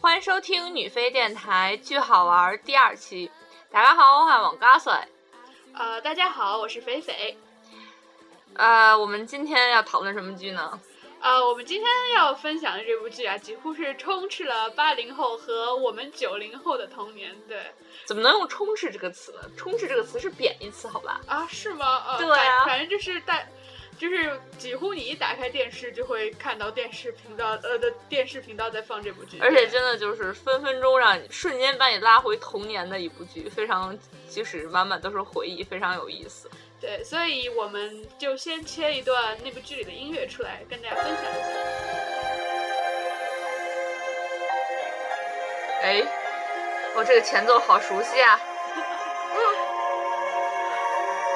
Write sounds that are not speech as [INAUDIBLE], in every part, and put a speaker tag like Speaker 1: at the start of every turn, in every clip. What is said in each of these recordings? Speaker 1: 欢迎收听女飞电台《剧好玩》第二期。大家好，我是王嘎碎。
Speaker 2: 呃，大家好，我是肥肥。
Speaker 1: 呃，我们今天要讨论什么剧呢？
Speaker 2: 呃，我们今天要分享的这部剧啊，几乎是充斥了八零后和我们九零后的童年。对
Speaker 1: 怎么能用“充斥”这个词呢？“充斥”这个词是贬义词，好吧？
Speaker 2: 啊，是吗？呃，
Speaker 1: 对啊
Speaker 2: 反反正就是大，就是几乎你一打开电视就会看到电视频道呃的电视频道在放这部剧，
Speaker 1: 而且真的就是分分钟让你瞬间把你拉回童年的一部剧，非常即使满满都是回忆，非常有意思。
Speaker 2: 对，所以我们就先切一段那部剧里的音乐出来，跟大家分享一下。
Speaker 1: 哎，我这个前奏好熟悉啊！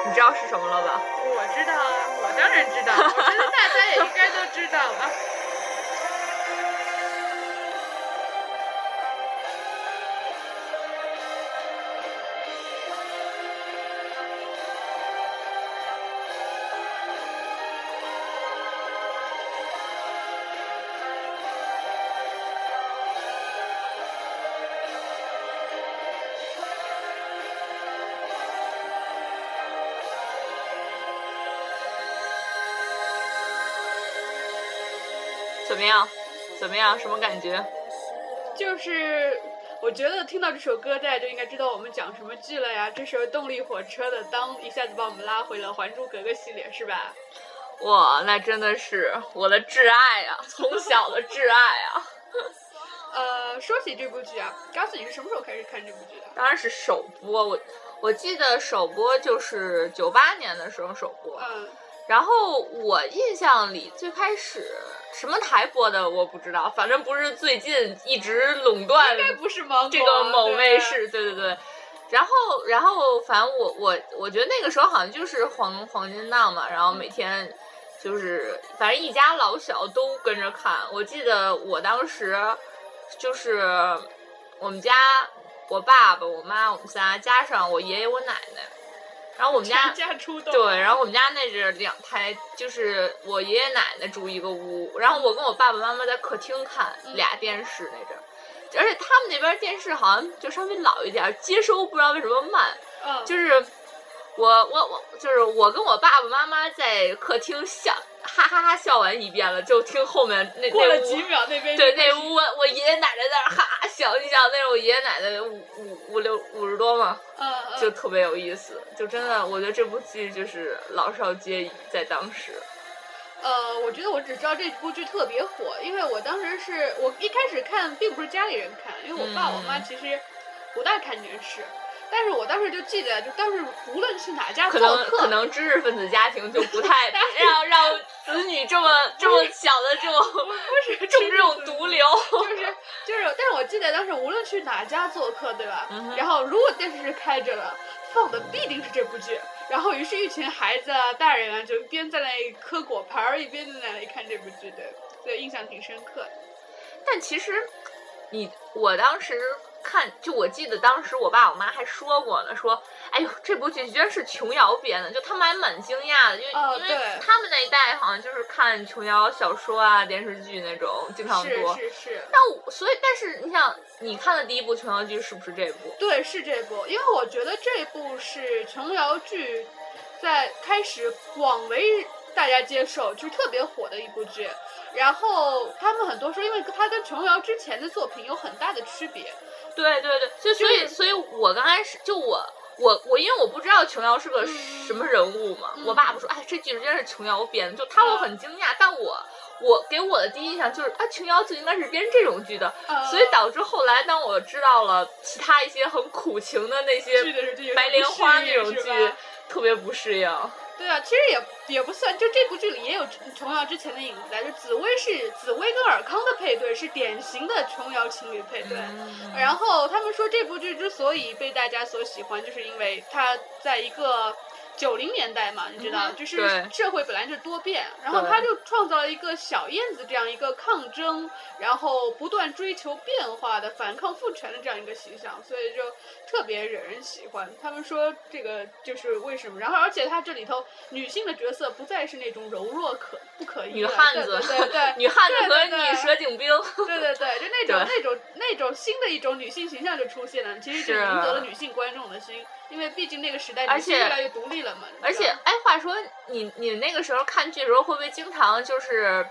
Speaker 1: 你知道是什么了吧？
Speaker 2: 我知道啊，我当然知道，我觉得大家也应该都知道吧。
Speaker 1: 怎么样？怎么样？什么感觉？
Speaker 2: 就是我觉得听到这首歌，大家就应该知道我们讲什么剧了呀。这时候动力火车的当一下子把我们拉回了《还珠格格》系列，是吧？
Speaker 1: 哇，那真的是我的挚爱啊，从小的挚爱啊！
Speaker 2: 呃，说起这部剧啊，告诉你是什么时候开始看这部剧的？
Speaker 1: 当然是首播，我我记得首播就是九八年的时候首播，
Speaker 2: 嗯，
Speaker 1: 然后我印象里最开始什么台播的我不知道，反正不是最近一直垄断
Speaker 2: 嗯应该不是芒果
Speaker 1: 这个某卫。
Speaker 2: 对啊
Speaker 1: 视，对对对。然后，然后，反正我我我觉得那个时候好像就是黄黄金档嘛，然后每天就是反正一家老小都跟着看。我记得我当时就是我们家我爸爸、我妈、我们仨加上我爷爷、我奶奶，然后我们家
Speaker 2: 全家出动。
Speaker 1: 对，然后我们家那是两台，就是我爷爷奶奶住一个屋，然后我跟我爸爸妈妈在客厅看
Speaker 2: 嗯
Speaker 1: 俩电视那阵儿，而且他们那边电视好像就稍微老一点儿，接收不知道为什么慢，
Speaker 2: 嗯，
Speaker 1: 就是我我我就是我跟我爸爸妈妈在客厅笑哈哈哈笑完一遍了，就听后面那
Speaker 2: 过
Speaker 1: 那
Speaker 2: 了
Speaker 1: 屋
Speaker 2: 几秒那边
Speaker 1: 对，那屋我我爷爷奶奶在那儿哈哈笑，你想那是我爷爷奶奶五五五六五十多嘛，
Speaker 2: 嗯
Speaker 1: 就
Speaker 2: 嗯，
Speaker 1: 特别有意思，就真的，我觉得这部剧就是老少皆宜，在当时。
Speaker 2: 呃，我觉得我只知道这部剧特别火，因为我当时是我一开始看，并不是家里人看，因为我爸
Speaker 1: 嗯
Speaker 2: 我妈其实不大看电视，但是我当时就记得，就当时无论去哪家哎
Speaker 1: 可
Speaker 2: 做
Speaker 1: 能
Speaker 2: 客，
Speaker 1: 可能知识分子家庭就
Speaker 2: [LAUGHS]
Speaker 1: 不太让让子女这么这么小的
Speaker 2: [LAUGHS]
Speaker 1: 这种
Speaker 2: 不是
Speaker 1: 种这种毒瘤。
Speaker 2: 就是就是，但是我记得当时无论去哪家做客，对吧？
Speaker 1: 嗯哼
Speaker 2: 然后如果电视是开着了，放的必定是这部剧。然后于是，一群孩子啊、大人啊，就一边在那里嗑果盘儿，一边在那里看这部剧，对，所以印象挺深刻的。
Speaker 1: 但其实你我当时看，就我记得当时我爸我妈还说过呢，说哎呦这部剧居然是琼瑶编的，就他们还蛮惊讶的，因为、
Speaker 2: 哦
Speaker 1: 因为
Speaker 2: 对
Speaker 1: 他们那一代好像就是看琼瑶小说啊、电视剧那种经常
Speaker 2: 是
Speaker 1: 多。
Speaker 2: 是是，
Speaker 1: 那我所以，但是你想，你看的第一部琼瑶剧是不是这部？
Speaker 2: 对，是这部，因为我觉得这部是琼瑶剧在开始广为大家接受，就是特别火的一部剧。然后他们很多说，因为它跟琼瑶之前的作品有很大的区别，
Speaker 1: 对对对，所以所以所以我刚开始就我我我，因为我不知道琼瑶是个什么人物嘛，
Speaker 2: 嗯
Speaker 1: 我爸爸说，哎，这剧真是琼瑶编的，就他会很惊讶，但我我给我的第一印象就是，啊，琼瑶就应该是编这种剧的，
Speaker 2: 呃、
Speaker 1: 所以导致后来当我知道了其他一些很苦情的那
Speaker 2: 剧
Speaker 1: 些
Speaker 2: 的是这
Speaker 1: 白莲花那种剧
Speaker 2: 是吧，
Speaker 1: 特别不适应。
Speaker 2: 对啊，其实也也不算，就这部剧里也有琼瑶之前的影子啊，就紫薇是紫薇跟尔康的配对是典型的琼瑶情侣配
Speaker 1: 嗯
Speaker 2: 对。然后他们说这部剧之所以被大家所喜欢，就是因为它在一个九零年代嘛，你知道，
Speaker 1: 嗯
Speaker 2: 就是
Speaker 1: 对
Speaker 2: 社会本来就多变，然后他就创造了一个小燕子这样一个抗争，然后不断追求变化的反抗父权的这样一个形象，所以就特别惹人喜欢。他们说这个就是为什么，然后而且他这里头女性的角色不再是那种柔弱可不可一
Speaker 1: 女
Speaker 2: 了
Speaker 1: 汉
Speaker 2: 对
Speaker 1: 子
Speaker 2: 对对对，
Speaker 1: 女汉子
Speaker 2: 对
Speaker 1: 和
Speaker 2: 对
Speaker 1: 女
Speaker 2: 对
Speaker 1: 蛇颈兵，
Speaker 2: [LAUGHS] 对对对，就那种
Speaker 1: 对
Speaker 2: 那种那种新的一种女性形象就出现了，其实就是赢得了女性观众的心，因为毕竟那个时代
Speaker 1: 啊而
Speaker 2: 女性
Speaker 1: 且
Speaker 2: 越来越独立了嘛。
Speaker 1: 而且
Speaker 2: 对吧
Speaker 1: 哎，话说你你那个时候看剧的时候，会不会经常就是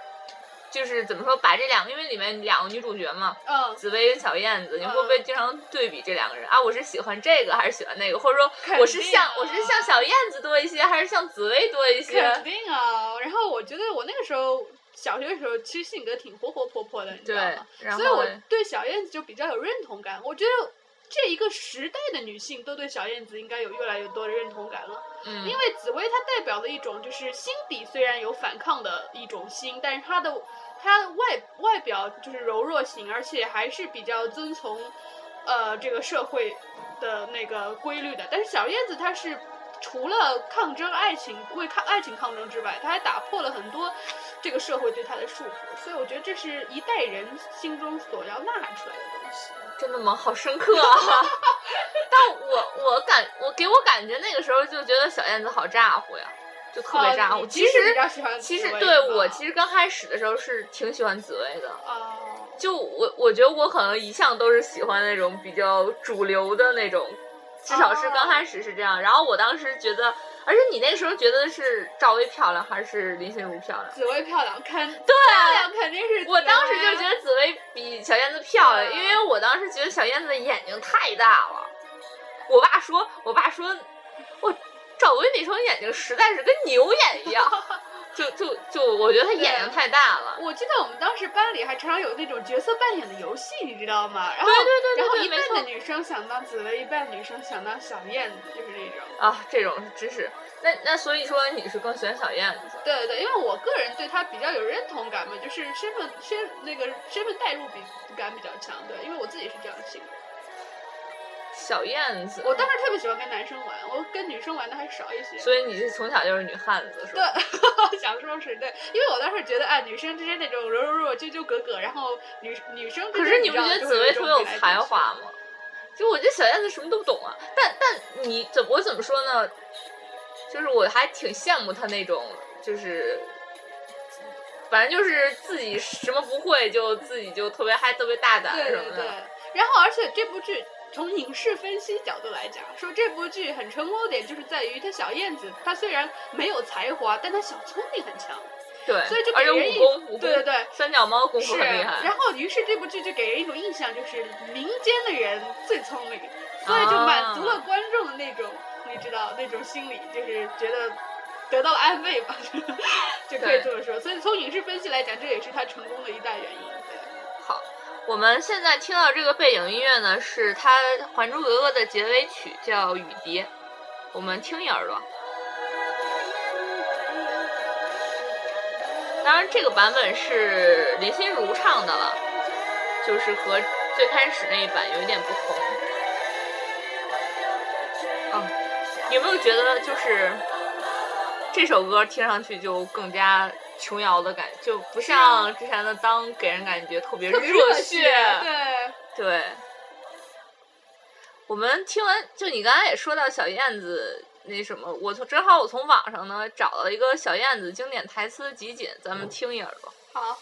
Speaker 1: 就是怎么说，把这两个，因为里面两个女主角嘛，
Speaker 2: 嗯，
Speaker 1: 紫薇跟小燕子，你会不会
Speaker 2: 嗯
Speaker 1: 经常对比这两个人啊？我是喜欢这个还是喜欢那个？或者说
Speaker 2: 肯
Speaker 1: 我是
Speaker 2: 定
Speaker 1: 像
Speaker 2: 啊
Speaker 1: 我是像小燕子多一些，还是像紫薇多一
Speaker 2: 肯
Speaker 1: 些？
Speaker 2: 定啊。然后我觉得我那个时候小学的时候，其实性格挺活活泼泼的，你知
Speaker 1: 对
Speaker 2: 道吗？，
Speaker 1: 然
Speaker 2: 所以
Speaker 1: 后
Speaker 2: 我对小燕子就比较有认同感。我觉得这一个时代的女性都对小燕子应该有越来越多的认同感了。
Speaker 1: 嗯
Speaker 2: 因，为紫薇她代表的一种就是心底虽然有反抗的一种心，但是她的她外外表就是柔弱型，而且还是比较遵从呃这个社会的那个规律的。但是小燕子她是除了抗争爱情为抗爱情抗争之外，她还打破了很多这个社会对她的束缚，所以我觉得这是一代人心中所要呐喊出来的东西。
Speaker 1: 真的吗？好深刻
Speaker 2: [LAUGHS]
Speaker 1: 啊！但我我感我给我感觉那个时候就觉得小燕子好咋呼呀，就特别咋
Speaker 2: 啊
Speaker 1: 呼。
Speaker 2: 你
Speaker 1: 其
Speaker 2: 比
Speaker 1: 实
Speaker 2: 较喜欢
Speaker 1: 其实
Speaker 2: 紫薇是
Speaker 1: 对
Speaker 2: 吧
Speaker 1: 我其实刚开始的时候是挺喜欢紫薇的，
Speaker 2: 啊。
Speaker 1: 就我我觉得我可能一向都是喜欢那种比较主流的那种，至少是刚开始是这样。然后我当时觉得，而且你那个时候觉得是赵薇漂亮还是林心如漂亮？
Speaker 2: 紫薇漂亮，肯
Speaker 1: 对，
Speaker 2: 漂亮肯定是紫薇啊。
Speaker 1: [LAUGHS] 我当时就觉得紫薇比小燕子漂亮，
Speaker 2: 对啊
Speaker 1: 因为我当时觉得小燕子的眼睛太大了。我爸说，我爸说，我赵薇那双眼睛实在是跟牛眼一样，就就就我觉得她眼睛太大了。
Speaker 2: 我记得我们当时班里还常常有那种角色扮演的游戏，你知道吗？然后
Speaker 1: 对对对
Speaker 2: 然后
Speaker 1: 对
Speaker 2: 一
Speaker 1: 对，没
Speaker 2: 半
Speaker 1: 错
Speaker 2: 的女生想当紫薇，一半女生想当小燕子，就是那种。
Speaker 1: 啊，这种知识。那那所以说你是更喜欢小燕子？
Speaker 2: 对对对，因为我个人对她比较有认同感嘛，就是身份身那个身份代入比感比较强，对，因为我自己是这样的性格。
Speaker 1: 小燕子，
Speaker 2: 我当时特别喜欢跟男生玩，我跟女生玩的还少一些。
Speaker 1: 所以你是从小就是女汉子是吧？
Speaker 2: [LAUGHS] 想说是对，因为我当时觉得啊，女生之间那种柔柔弱、纠纠葛葛，然后女女生之
Speaker 1: [LAUGHS] 可
Speaker 2: 间
Speaker 1: 是
Speaker 2: 你
Speaker 1: 你不觉得紫薇特别有才华？吗？就我觉得小燕子什么都不懂啊，但但你怎我怎么说呢？就是我还挺羡慕她那种，就是反正就是自己什么不会就自己就特别还特别大 [LAUGHS] 胆
Speaker 2: 对
Speaker 1: 什
Speaker 2: 对
Speaker 1: 么
Speaker 2: 对
Speaker 1: 的。，
Speaker 2: 然后而且这部剧从影视分析角度来讲，说这部剧很成功的点就是在于它小燕子，她虽然没有才华，但她小聪明很强。
Speaker 1: 对，
Speaker 2: 所以就
Speaker 1: 而
Speaker 2: 给
Speaker 1: 且
Speaker 2: 人
Speaker 1: 武
Speaker 2: 一
Speaker 1: 功武功
Speaker 2: 对对对。
Speaker 1: 三脚猫功
Speaker 2: 是，
Speaker 1: 夫 [LAUGHS] 很厉害。
Speaker 2: 然后于是这部剧就给人一种印象，就是民间的人最聪明，所以就满足了
Speaker 1: 啊
Speaker 2: 观众的那种，你知道那种心理，就是觉得得到了安慰吧， [LAUGHS] 就可以
Speaker 1: 对
Speaker 2: 这么说。所以从影视分析来讲，这也是他成功的一大原因。对
Speaker 1: 好，我们现在听到这个背景音乐呢，是它《还珠格格》的结尾曲，叫《雨蝶》。我们听一耳朵。当然，这个版本是林心如唱的了，就是和最开始那一版有一点不同。嗯，有没有觉得就是这首歌听上去就更加琼瑶的感就不像之前的《当》给人感觉特别
Speaker 2: 特别
Speaker 1: 热
Speaker 2: 血，
Speaker 1: 血
Speaker 2: 对，
Speaker 1: 对，我们听完就你刚才也说到小燕子那什么，我从正好我从网上呢找了一个小燕子经典台词集锦，咱们听一耳朵。
Speaker 2: 好，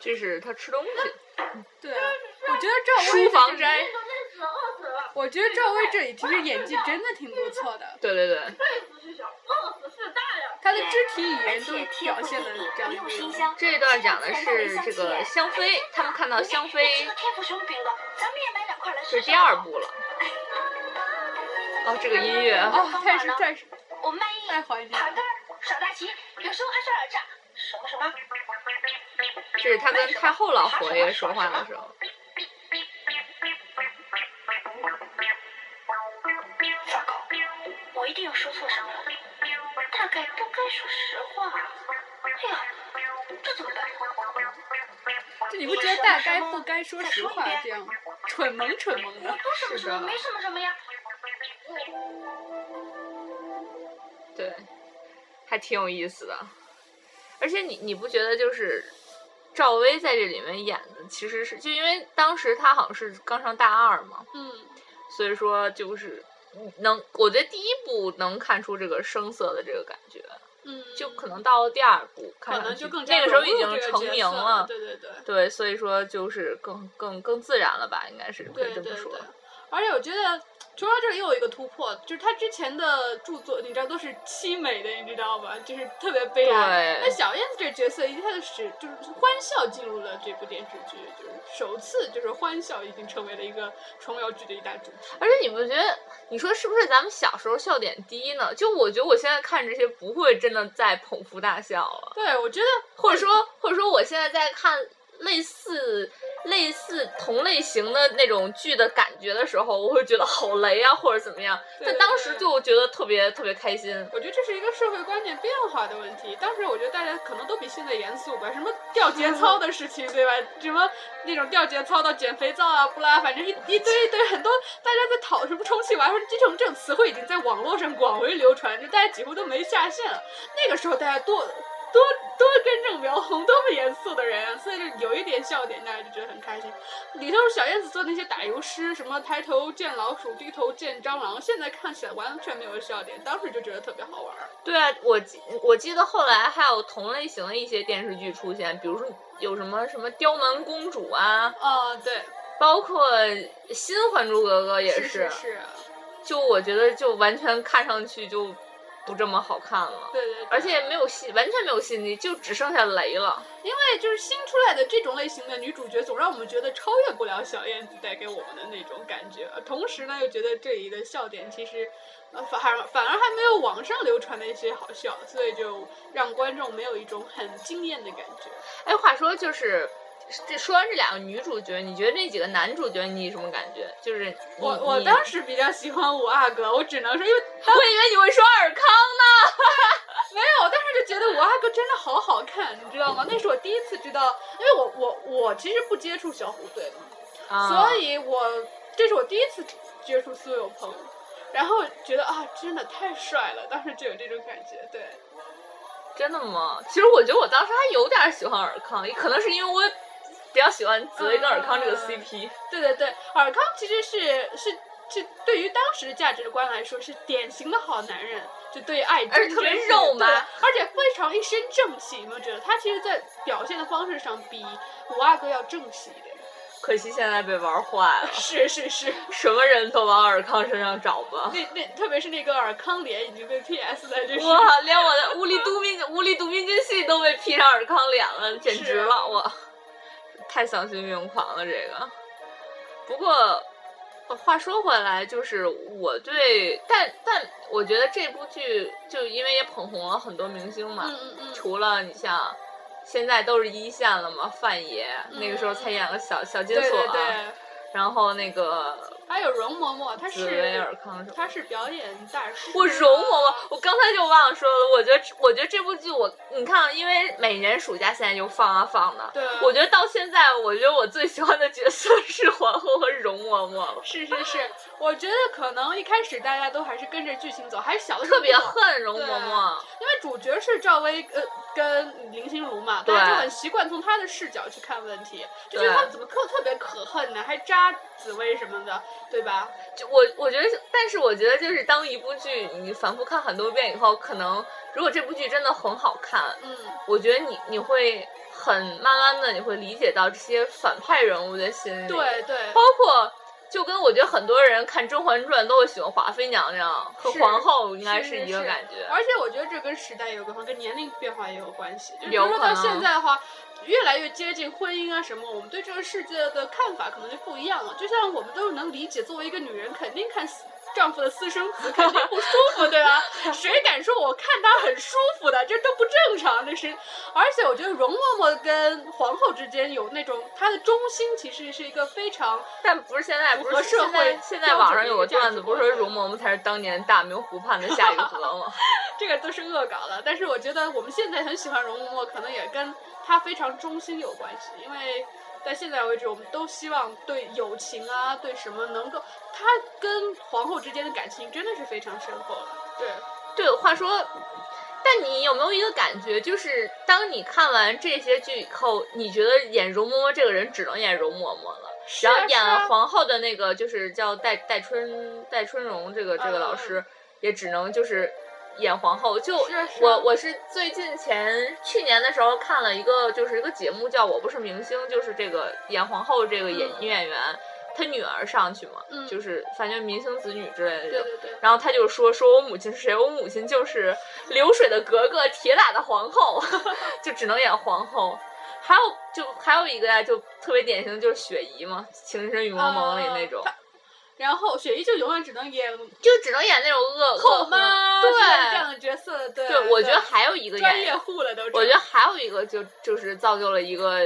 Speaker 1: 这是他吃东西，
Speaker 2: 对，啊我觉得赵薇
Speaker 1: 书房斋。
Speaker 2: 我觉得赵薇这里其实演技真的挺不错的，
Speaker 1: 对对对，
Speaker 2: 她的肢体语言都
Speaker 3: 都
Speaker 2: 表
Speaker 3: 表
Speaker 2: 现
Speaker 3: 现
Speaker 2: 的
Speaker 3: 的
Speaker 2: 这样
Speaker 3: 用心
Speaker 2: 子。
Speaker 3: 香。
Speaker 1: 这一段讲的是这个香妃，他们看到香妃
Speaker 3: 天府熊饼了，咱们也买两块来
Speaker 1: 是第二。部了。哦，这个音乐，
Speaker 2: 哦，太是太是
Speaker 3: 我卖艺、
Speaker 2: 太怀念了
Speaker 3: 爬。杆、耍大旗，有时候还是耳炸。什么什么？
Speaker 1: 这是他跟太后老佛爷说话的时候。
Speaker 3: 负伤了，大概不该说实话。哎呀，这怎么办？
Speaker 2: 这你不觉得大概不该说实话这样蠢萌蠢萌
Speaker 3: 我
Speaker 2: 的？
Speaker 3: 不什么什么，没什么什么呀。
Speaker 1: 对，还挺有意思的。而且你你不觉得就是赵薇在这里面演的其实是就因为当时她好像是刚上大二嘛，
Speaker 2: 嗯，
Speaker 1: 所以说就是能我觉得第一部能看出这个生涩的这个感觉，
Speaker 2: 嗯，
Speaker 1: 就可能到了第二部，看
Speaker 2: 可
Speaker 1: 上
Speaker 2: 能
Speaker 1: 去
Speaker 2: 就更加
Speaker 1: 那个时候
Speaker 2: 融
Speaker 1: 已
Speaker 2: 入
Speaker 1: 经
Speaker 2: 这个
Speaker 1: 成
Speaker 2: 角
Speaker 1: 名
Speaker 2: 色
Speaker 1: 了，
Speaker 2: 对对对。
Speaker 1: 对，所以说就是更更更自然了吧，应该是可以
Speaker 2: 对
Speaker 1: 这
Speaker 2: 对
Speaker 1: 么
Speaker 2: 对
Speaker 1: 说。，
Speaker 2: 而且我觉得除了这里又有一个突破，就是他之前的著作，你知道都是凄美的，你知道吗？就是特别悲哀。
Speaker 1: 对
Speaker 2: 那小燕子这角色一下子使就是欢笑进入了这部电视剧，就是首次就是欢笑已经成为了一个琼瑶剧的一大主题。
Speaker 1: 而且你不觉得，你说是不是咱们小时候笑点低呢？就我觉得我现在看这些不会真的再捧腹大笑了，
Speaker 2: 对，我觉得
Speaker 1: 或者说或者说我现在在看类似类似同类型的那种剧的感觉的时候，我会觉得好雷啊，或者怎么样。
Speaker 2: 对
Speaker 1: 但
Speaker 2: 对
Speaker 1: 当时
Speaker 2: 对
Speaker 1: 就觉得特别特别开心。
Speaker 2: 我觉得这是一个社会观念变化的问题。当时我觉得大家可能都比现在严肃吧，什么掉节操的事情，对吧？什么那种掉节操到捡肥皂啊，不啦，反正一一堆一堆很多，大家在讨什么充气娃娃，这种这种词汇已经在网络上广为流传，就大家几乎都没下线了。那个时候大家多多多根正苗红，多么严肃的人啊！所以就有一点笑点，大家就觉得很开心。里头小燕子做那些打油诗，什么抬头见老鼠，低头见蟑螂，现在看起来完全没有笑点，当时就觉得特别好玩儿。
Speaker 1: 对啊，我记我记得后来还有同类型的一些电视剧出现，比如说有什么什么《刁蛮公主》啊，
Speaker 2: 哦，对，
Speaker 1: 包括新《还珠格格》也
Speaker 2: 是是是，
Speaker 1: 就我觉得就完全看上去就不这么好看了，
Speaker 2: 对对对
Speaker 1: 而且没有吸，完全没有吸引力，就只剩下雷了。
Speaker 2: 因为就是新出来的这种类型的女主角，总让我们觉得超越不了小燕子带给我们的那种感觉，呃同时呢，又觉得这里的笑点其实，呃，反而反而还没有网上流传的一些好笑，所以就让观众没有一种很惊艳的感觉。
Speaker 1: 哎，话说就是。这说完这两个女主角，你觉得那几个男主角你什么感觉？就是你
Speaker 2: 我我
Speaker 1: 你
Speaker 2: 当时比较喜欢五阿哥，我只能说，因为
Speaker 1: 我以为你会说尔康呢。
Speaker 2: 没有，但是就觉得五阿哥真的好好看，你知道吗？那是我第一次知道，因为我我我其实不接触小虎队嘛，
Speaker 1: 啊
Speaker 2: [LAUGHS] 所以我这是我第一次接触苏有朋，然后觉得啊，真的太帅了，当时就有这种感觉。对，
Speaker 1: 啊真的吗？其实我觉得我当时还有点喜欢尔康，也可能是因为我比较喜欢紫薇跟尔康这个
Speaker 2: 嗯
Speaker 1: CP。
Speaker 2: 对对对，尔康其实是是是对于当时的价值观来说是典型的好男人，就对爱
Speaker 1: 而且特别
Speaker 2: 真真是
Speaker 1: 肉麻
Speaker 2: 对而且非常一身正气。你有没有觉得他其实，在表现的方式上比五阿哥要正气一点？
Speaker 1: 可惜现在被玩坏了，
Speaker 2: 是是是，
Speaker 1: 什么人都往尔康身上找吧。
Speaker 2: 那那特别是那个尔康脸已经被 PS 在这上。
Speaker 1: [LAUGHS] 哇，连我的无力独明无力独明君系都被 P 上尔康脸了，简直
Speaker 2: 啊
Speaker 1: 了！我太丧心病狂了这个。不过话说回来，就是我对，但但我觉得这部剧就因为也捧红了很多明星嘛，
Speaker 2: 嗯嗯嗯，
Speaker 1: 除了你像现在都是一线了嘛，范爷、
Speaker 2: 嗯
Speaker 1: 那个时候才演了小小金
Speaker 2: 对
Speaker 1: 锁，
Speaker 2: 对对，
Speaker 1: 然后那个
Speaker 2: 还有容嬷嬷，她
Speaker 1: 紫薇尔
Speaker 2: 是
Speaker 1: 康什么。
Speaker 2: 她是表演大师啊。
Speaker 1: 我容嬷嬷，我刚才就忘了说了。我觉得，我觉得这部剧我，你看啊，因为每年暑假现在就放啊放的。
Speaker 2: 对
Speaker 1: 我觉得到现在，我觉得我最喜欢的角色是皇后和容嬷嬷了，
Speaker 2: 是是是，我觉得可能一开始大家都还是跟着剧情走，还是小的时候
Speaker 1: 特别
Speaker 2: 不懂，
Speaker 1: 恨容嬷嬷。
Speaker 2: 因为主角是赵薇呃跟林心如嘛，
Speaker 1: 对
Speaker 2: 大家就很习惯从她的视角去看问题，就觉得
Speaker 1: 对
Speaker 2: 她怎么特特别可恨呢，还扎紫薇什么的，对吧？
Speaker 1: 就我我觉得，但是我觉得就是当一部剧你反复看很多遍以后，可能如果这部剧真的很好看，
Speaker 2: 嗯，
Speaker 1: 我觉得你你会很慢慢的你会理解到这些反派人物的心理，，
Speaker 2: 对对
Speaker 1: 包括就跟我觉得很多人看《甄嬛传》都会喜欢华妃娘娘和
Speaker 2: 是
Speaker 1: 皇后，应该
Speaker 2: 是
Speaker 1: 一个
Speaker 2: 是
Speaker 1: 感觉。
Speaker 2: 而且我觉得这跟时代有关，跟年龄变化也有关系。就是比
Speaker 1: 有
Speaker 2: 如说
Speaker 1: 可
Speaker 2: 到
Speaker 1: 能
Speaker 2: 现在的话，越来越接近婚姻啊什么，我们对这个世界的看法可能就不一样了。就像我们都能理解，作为一个女人，肯定看丈夫的私生子肯定不舒服，对
Speaker 1: [LAUGHS]
Speaker 2: 吧？谁敢说我看他很舒服的？这都不正常，这是。而且我觉得容嬷嬷跟皇后之间有那种她的中心，其实是一个非常
Speaker 1: 但不是现在，
Speaker 2: 符
Speaker 1: 不
Speaker 2: 合
Speaker 1: 是
Speaker 2: 社
Speaker 1: 现在
Speaker 2: 会
Speaker 1: [LAUGHS] 现在
Speaker 2: 标
Speaker 1: 网
Speaker 2: 准
Speaker 1: 上
Speaker 2: 的
Speaker 1: 有
Speaker 2: 一个
Speaker 1: 个
Speaker 2: 价
Speaker 1: 段
Speaker 2: 值
Speaker 1: 子，不是
Speaker 2: 观
Speaker 1: 说
Speaker 2: 的
Speaker 1: 容嬷嬷才是当年大明湖畔的夏雨荷吗？
Speaker 2: 这个都是恶搞的。但是我觉得我们现在很喜欢容嬷嬷，可能也跟她非常忠心有关系，因为在现在为止，我们都希望对友情啊，对什么能够，她跟皇后之间的感情真的是非常深厚的。对，
Speaker 1: 对，话说，但你有没有一个感觉，就是当你看完这些剧以后，你觉得演容嬷嬷这个人只能演容嬷嬷了？
Speaker 2: 是
Speaker 1: 然
Speaker 2: 啊
Speaker 1: 后演
Speaker 2: 是
Speaker 1: 了
Speaker 2: 啊
Speaker 1: 皇后的那个，就是叫戴戴春戴春荣这个这个老师，也只能就是演皇后。就是
Speaker 2: 啊嗯是
Speaker 1: 我
Speaker 2: 啊
Speaker 1: 我是最近前去年的时候看了一个就是一个节目叫《我不是明星》，就是这个演皇后这个演
Speaker 2: 嗯
Speaker 1: 女演员，她女儿上去嘛，
Speaker 2: 嗯
Speaker 1: 就是反正明星子女之类的这
Speaker 2: 对。
Speaker 1: 种
Speaker 2: 对对。
Speaker 1: 然后他就说：“说我母亲是谁？我母亲就是流水的格格，铁打的皇后， [LAUGHS] 就只能演皇后。还有就还有一个呀、就特别典型的就是雪姨嘛，《情深雨蒙蒙》里那种，
Speaker 2: 啊然后雪姨就永远只能演
Speaker 1: 就只能演那种恶
Speaker 2: 后
Speaker 1: 恶
Speaker 2: 妈
Speaker 1: 对
Speaker 2: 之类的这样的角色，对
Speaker 1: 对，我觉得还有一个
Speaker 2: 专
Speaker 1: 演
Speaker 2: 业
Speaker 1: 员，
Speaker 2: 户了都是。
Speaker 1: 我觉得还有一个就就是造就了一个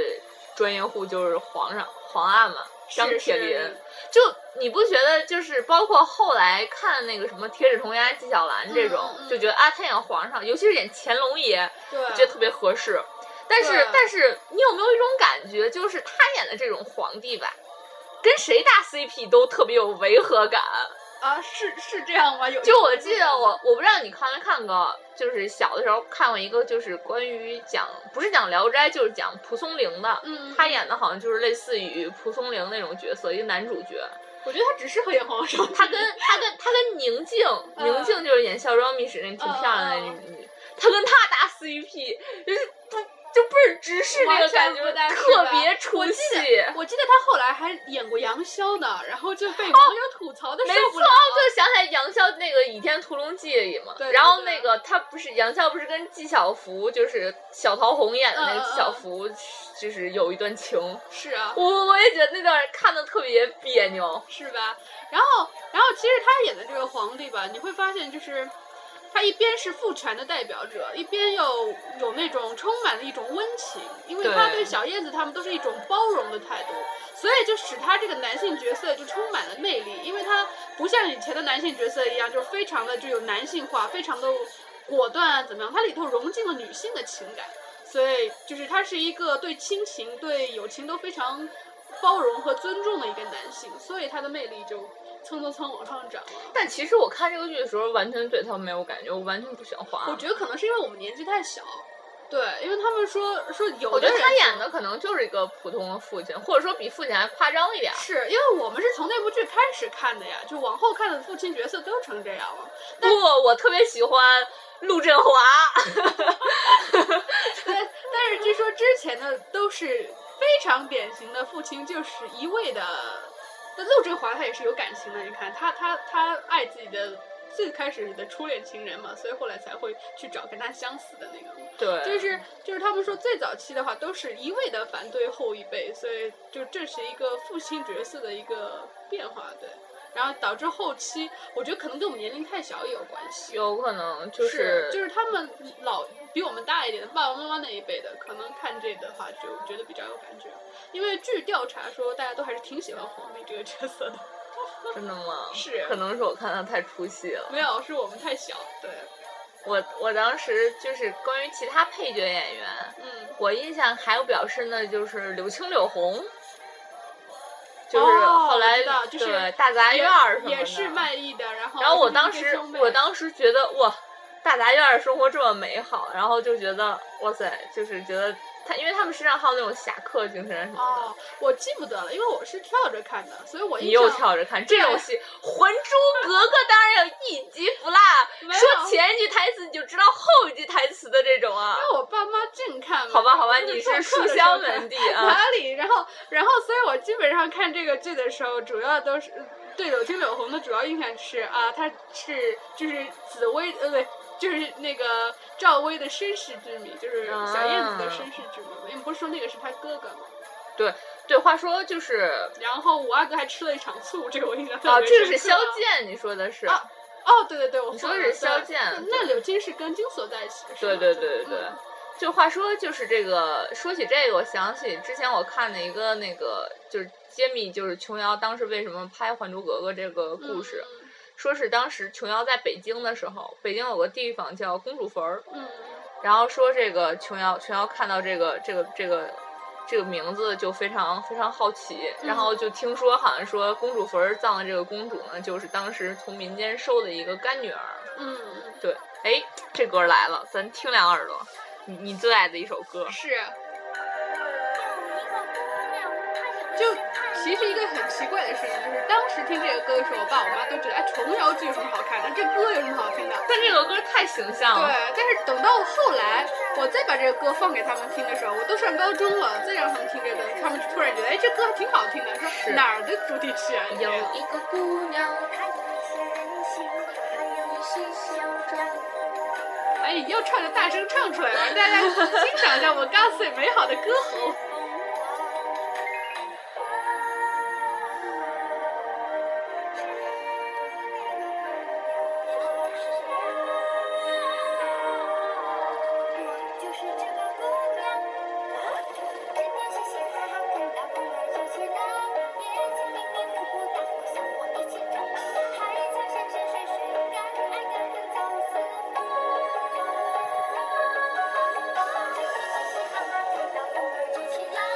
Speaker 1: 专业户，就是皇上皇阿玛张
Speaker 2: 是
Speaker 1: 铁
Speaker 2: 是
Speaker 1: 林。就你不觉得，就是包括后来看那个什么《铁齿铜牙纪晓岚》这种，
Speaker 2: 嗯嗯嗯
Speaker 1: 就觉得啊，他演皇上，尤其是演乾隆爷，
Speaker 2: 对，
Speaker 1: 觉得特别合适。但是
Speaker 2: 对，
Speaker 1: 但是你有没有一种感觉，就是他演的这种皇帝吧，跟谁搭 CP 都特别有违和感。
Speaker 2: 啊，是是这样吗？有
Speaker 1: [LAUGHS] 就我记得我，我不知道你看没看过，就是小的时候看过一个，就是关于讲不是讲《聊斋》，就是讲蒲松龄的。
Speaker 2: 嗯，
Speaker 1: 他演的好像就是类似于蒲松龄那种角色，一个男主角。
Speaker 2: 我觉得他只适合演皇上。
Speaker 1: 他跟他跟他跟宁静，
Speaker 2: 嗯
Speaker 1: 宁静就是演《孝庄秘史》那挺漂亮的那
Speaker 2: 嗯
Speaker 1: 女女，她跟她搭 CP，就是不就倍儿直视那个
Speaker 2: 完全
Speaker 1: 感觉
Speaker 2: 不，搭是
Speaker 1: 特
Speaker 2: 吧
Speaker 1: 别出
Speaker 2: 我记
Speaker 1: 戏。
Speaker 2: 我记得他后来还演过杨逍呢，然后
Speaker 1: [LAUGHS]
Speaker 2: 就被网友吐槽的
Speaker 1: 没
Speaker 2: 受不
Speaker 1: 错，
Speaker 2: 了。
Speaker 1: 就想起来杨逍那个《倚天屠龙记》里嘛，
Speaker 2: 对对
Speaker 1: 然后
Speaker 2: 对
Speaker 1: 那个他不是杨逍不是跟纪晓芙，就是小桃红演的那个
Speaker 2: 嗯嗯
Speaker 1: 纪晓
Speaker 2: 嗯
Speaker 1: 芙，就是有一段情，
Speaker 2: 是啊，
Speaker 1: 我我也觉得那段看的特别别扭。
Speaker 2: 是吧？然后，然后其实他演的这个皇帝吧，你会发现就是。他一边是父权的代表者，一边又有那种充满了一种温情，因为
Speaker 1: 对
Speaker 2: 他对小叶子他们都是一种包容的态度，所以就使他这个男性角色就充满了魅力，因为他不像以前的男性角色一样，就是非常的具有男性化，非常的果断啊，怎么样？它里头融进了女性的情感，所以就是他是一个对亲情、对友情都非常包容和尊重的一个男性，所以他的魅力就蹭蹭蹭往上涨了。
Speaker 1: 但其实我看这个剧的时候，完全对他没有感觉，我完全不喜欢华。
Speaker 2: 我觉得可能是因为我们年纪太小，对，因为他们说说有，
Speaker 1: 我觉得他演的可能就是一个普通的父亲，或者说比父亲还夸张一点儿。
Speaker 2: 是因为我们是从那部剧开始看的呀，就往后看的父亲角色都成这样了。
Speaker 1: 不，我特别喜欢陆振华，
Speaker 2: 但但是据说之前的都是非常典型的父亲，就是一味的。那陆振华他也是有感情的，你看他他他爱自己的最开始的初恋情人嘛，所以后来才会去找跟他相似的那个。
Speaker 1: 对，
Speaker 2: 就是就是他们说最早期的话都是一味的反对后一辈，所以就这是一个父亲角色的一个变化，对。然后导致后期，我觉得可能跟我们年龄太小也有关系。
Speaker 1: 有可能就是
Speaker 2: 就是他们老比我们大一点的爸爸妈妈那一辈的，可能看这的话就觉得比较有感觉，因为据调查说，大家都还是挺喜欢皇帝这个角色的。
Speaker 1: 真的吗？
Speaker 2: 是
Speaker 1: 可能是我看他太出戏了。
Speaker 2: 没有，是我们太小。对，
Speaker 1: 我我当时就是关于其他配角演员，
Speaker 2: 嗯，
Speaker 1: 我印象还有比较深的就是柳青、柳红，就是
Speaker 2: 哦
Speaker 1: 后来、
Speaker 2: 我知道就是
Speaker 1: 对大杂
Speaker 2: 也
Speaker 1: 院儿什么的
Speaker 2: 也是卖艺的，然后
Speaker 1: 然后我
Speaker 2: 就是
Speaker 1: 当
Speaker 2: 一对
Speaker 1: 时
Speaker 2: 兄，妹
Speaker 1: 我当时觉得哇，大杂院儿生活这么美好，然后就觉得哇塞，就是觉得他，因为他们身上还有那种侠客精神什么的。
Speaker 2: 哦，我记不得了，因为我是跳着看的，所以我
Speaker 1: 你
Speaker 2: 印
Speaker 1: 又
Speaker 2: 象
Speaker 1: 跳着看这种戏，《还珠格格》当然有一集不落，
Speaker 2: 没有
Speaker 1: 说前一句台词你就知道后一句台词的这
Speaker 2: [LAUGHS]
Speaker 1: 种啊
Speaker 2: 因。为我爸妈净看嘛。
Speaker 1: 好吧，好吧，
Speaker 2: 我就
Speaker 1: 你
Speaker 2: 翘
Speaker 1: 是
Speaker 2: 课
Speaker 1: 书
Speaker 2: 的时
Speaker 1: 香
Speaker 2: 候看
Speaker 1: 门第啊。
Speaker 2: 哪里？然后，然后，所以我基本上看这个剧的时候，主要都是对柳青柳红的主要印象是啊，她是就是紫薇呃，不对，就是那个赵薇的身世之谜，就是小燕子的身世之谜嘛。因为不是说那个是她哥哥吗？
Speaker 1: [LAUGHS] 对，话说就是
Speaker 2: 然后五阿哥还吃了一场醋，这个我印象特别
Speaker 1: 哦，这个是
Speaker 2: 深刻
Speaker 1: 萧剑，你说的是，
Speaker 3: 啊哦，对对对，我
Speaker 1: 你
Speaker 3: 说
Speaker 1: 说的是萧剑，
Speaker 2: 那柳金是跟金锁在一起的，是
Speaker 1: 对
Speaker 2: 吗
Speaker 1: 对对对对
Speaker 2: 嗯。
Speaker 1: 就话说，就是这个，说起这个，我想起之前我看的一个那个，就是揭秘，就是琼瑶当时为什么拍《还珠格格》这个故事，说是当时琼瑶在北京的时候，北京有个地方叫公主坟儿，
Speaker 2: 嗯，
Speaker 1: 然后说这个琼瑶，琼瑶看到这个这个这个这个名字就非常非常好奇，然后就听说好像说公主坟儿葬的这个公主呢，就是当时从民间收的一个干女儿。
Speaker 2: 嗯嗯，
Speaker 1: 对，哎，这歌来了，咱听两耳朵，你你最爱的一首歌
Speaker 3: 嗯，是，
Speaker 4: 就
Speaker 3: 就其实一个很奇怪的事情，就是当时听这个歌的时候，我爸我妈都觉得，哎，琼瑶剧有什么好看的？这歌有什么好听的？
Speaker 1: 但这个歌太形象
Speaker 2: 啊
Speaker 1: 了。
Speaker 3: 对，但是等到后来，我再把这个歌放给他们听的时候，我都上高中了，再让他们听这个，他们就突然觉得，哎，这歌还挺好听的，
Speaker 1: 是
Speaker 3: 说哪儿的主题曲啊？你
Speaker 1: 有
Speaker 3: 这
Speaker 1: 一个姑娘，
Speaker 3: 哎，你要唱就大声唱出来吧，大家欣赏一下我们刚才美好的歌喉。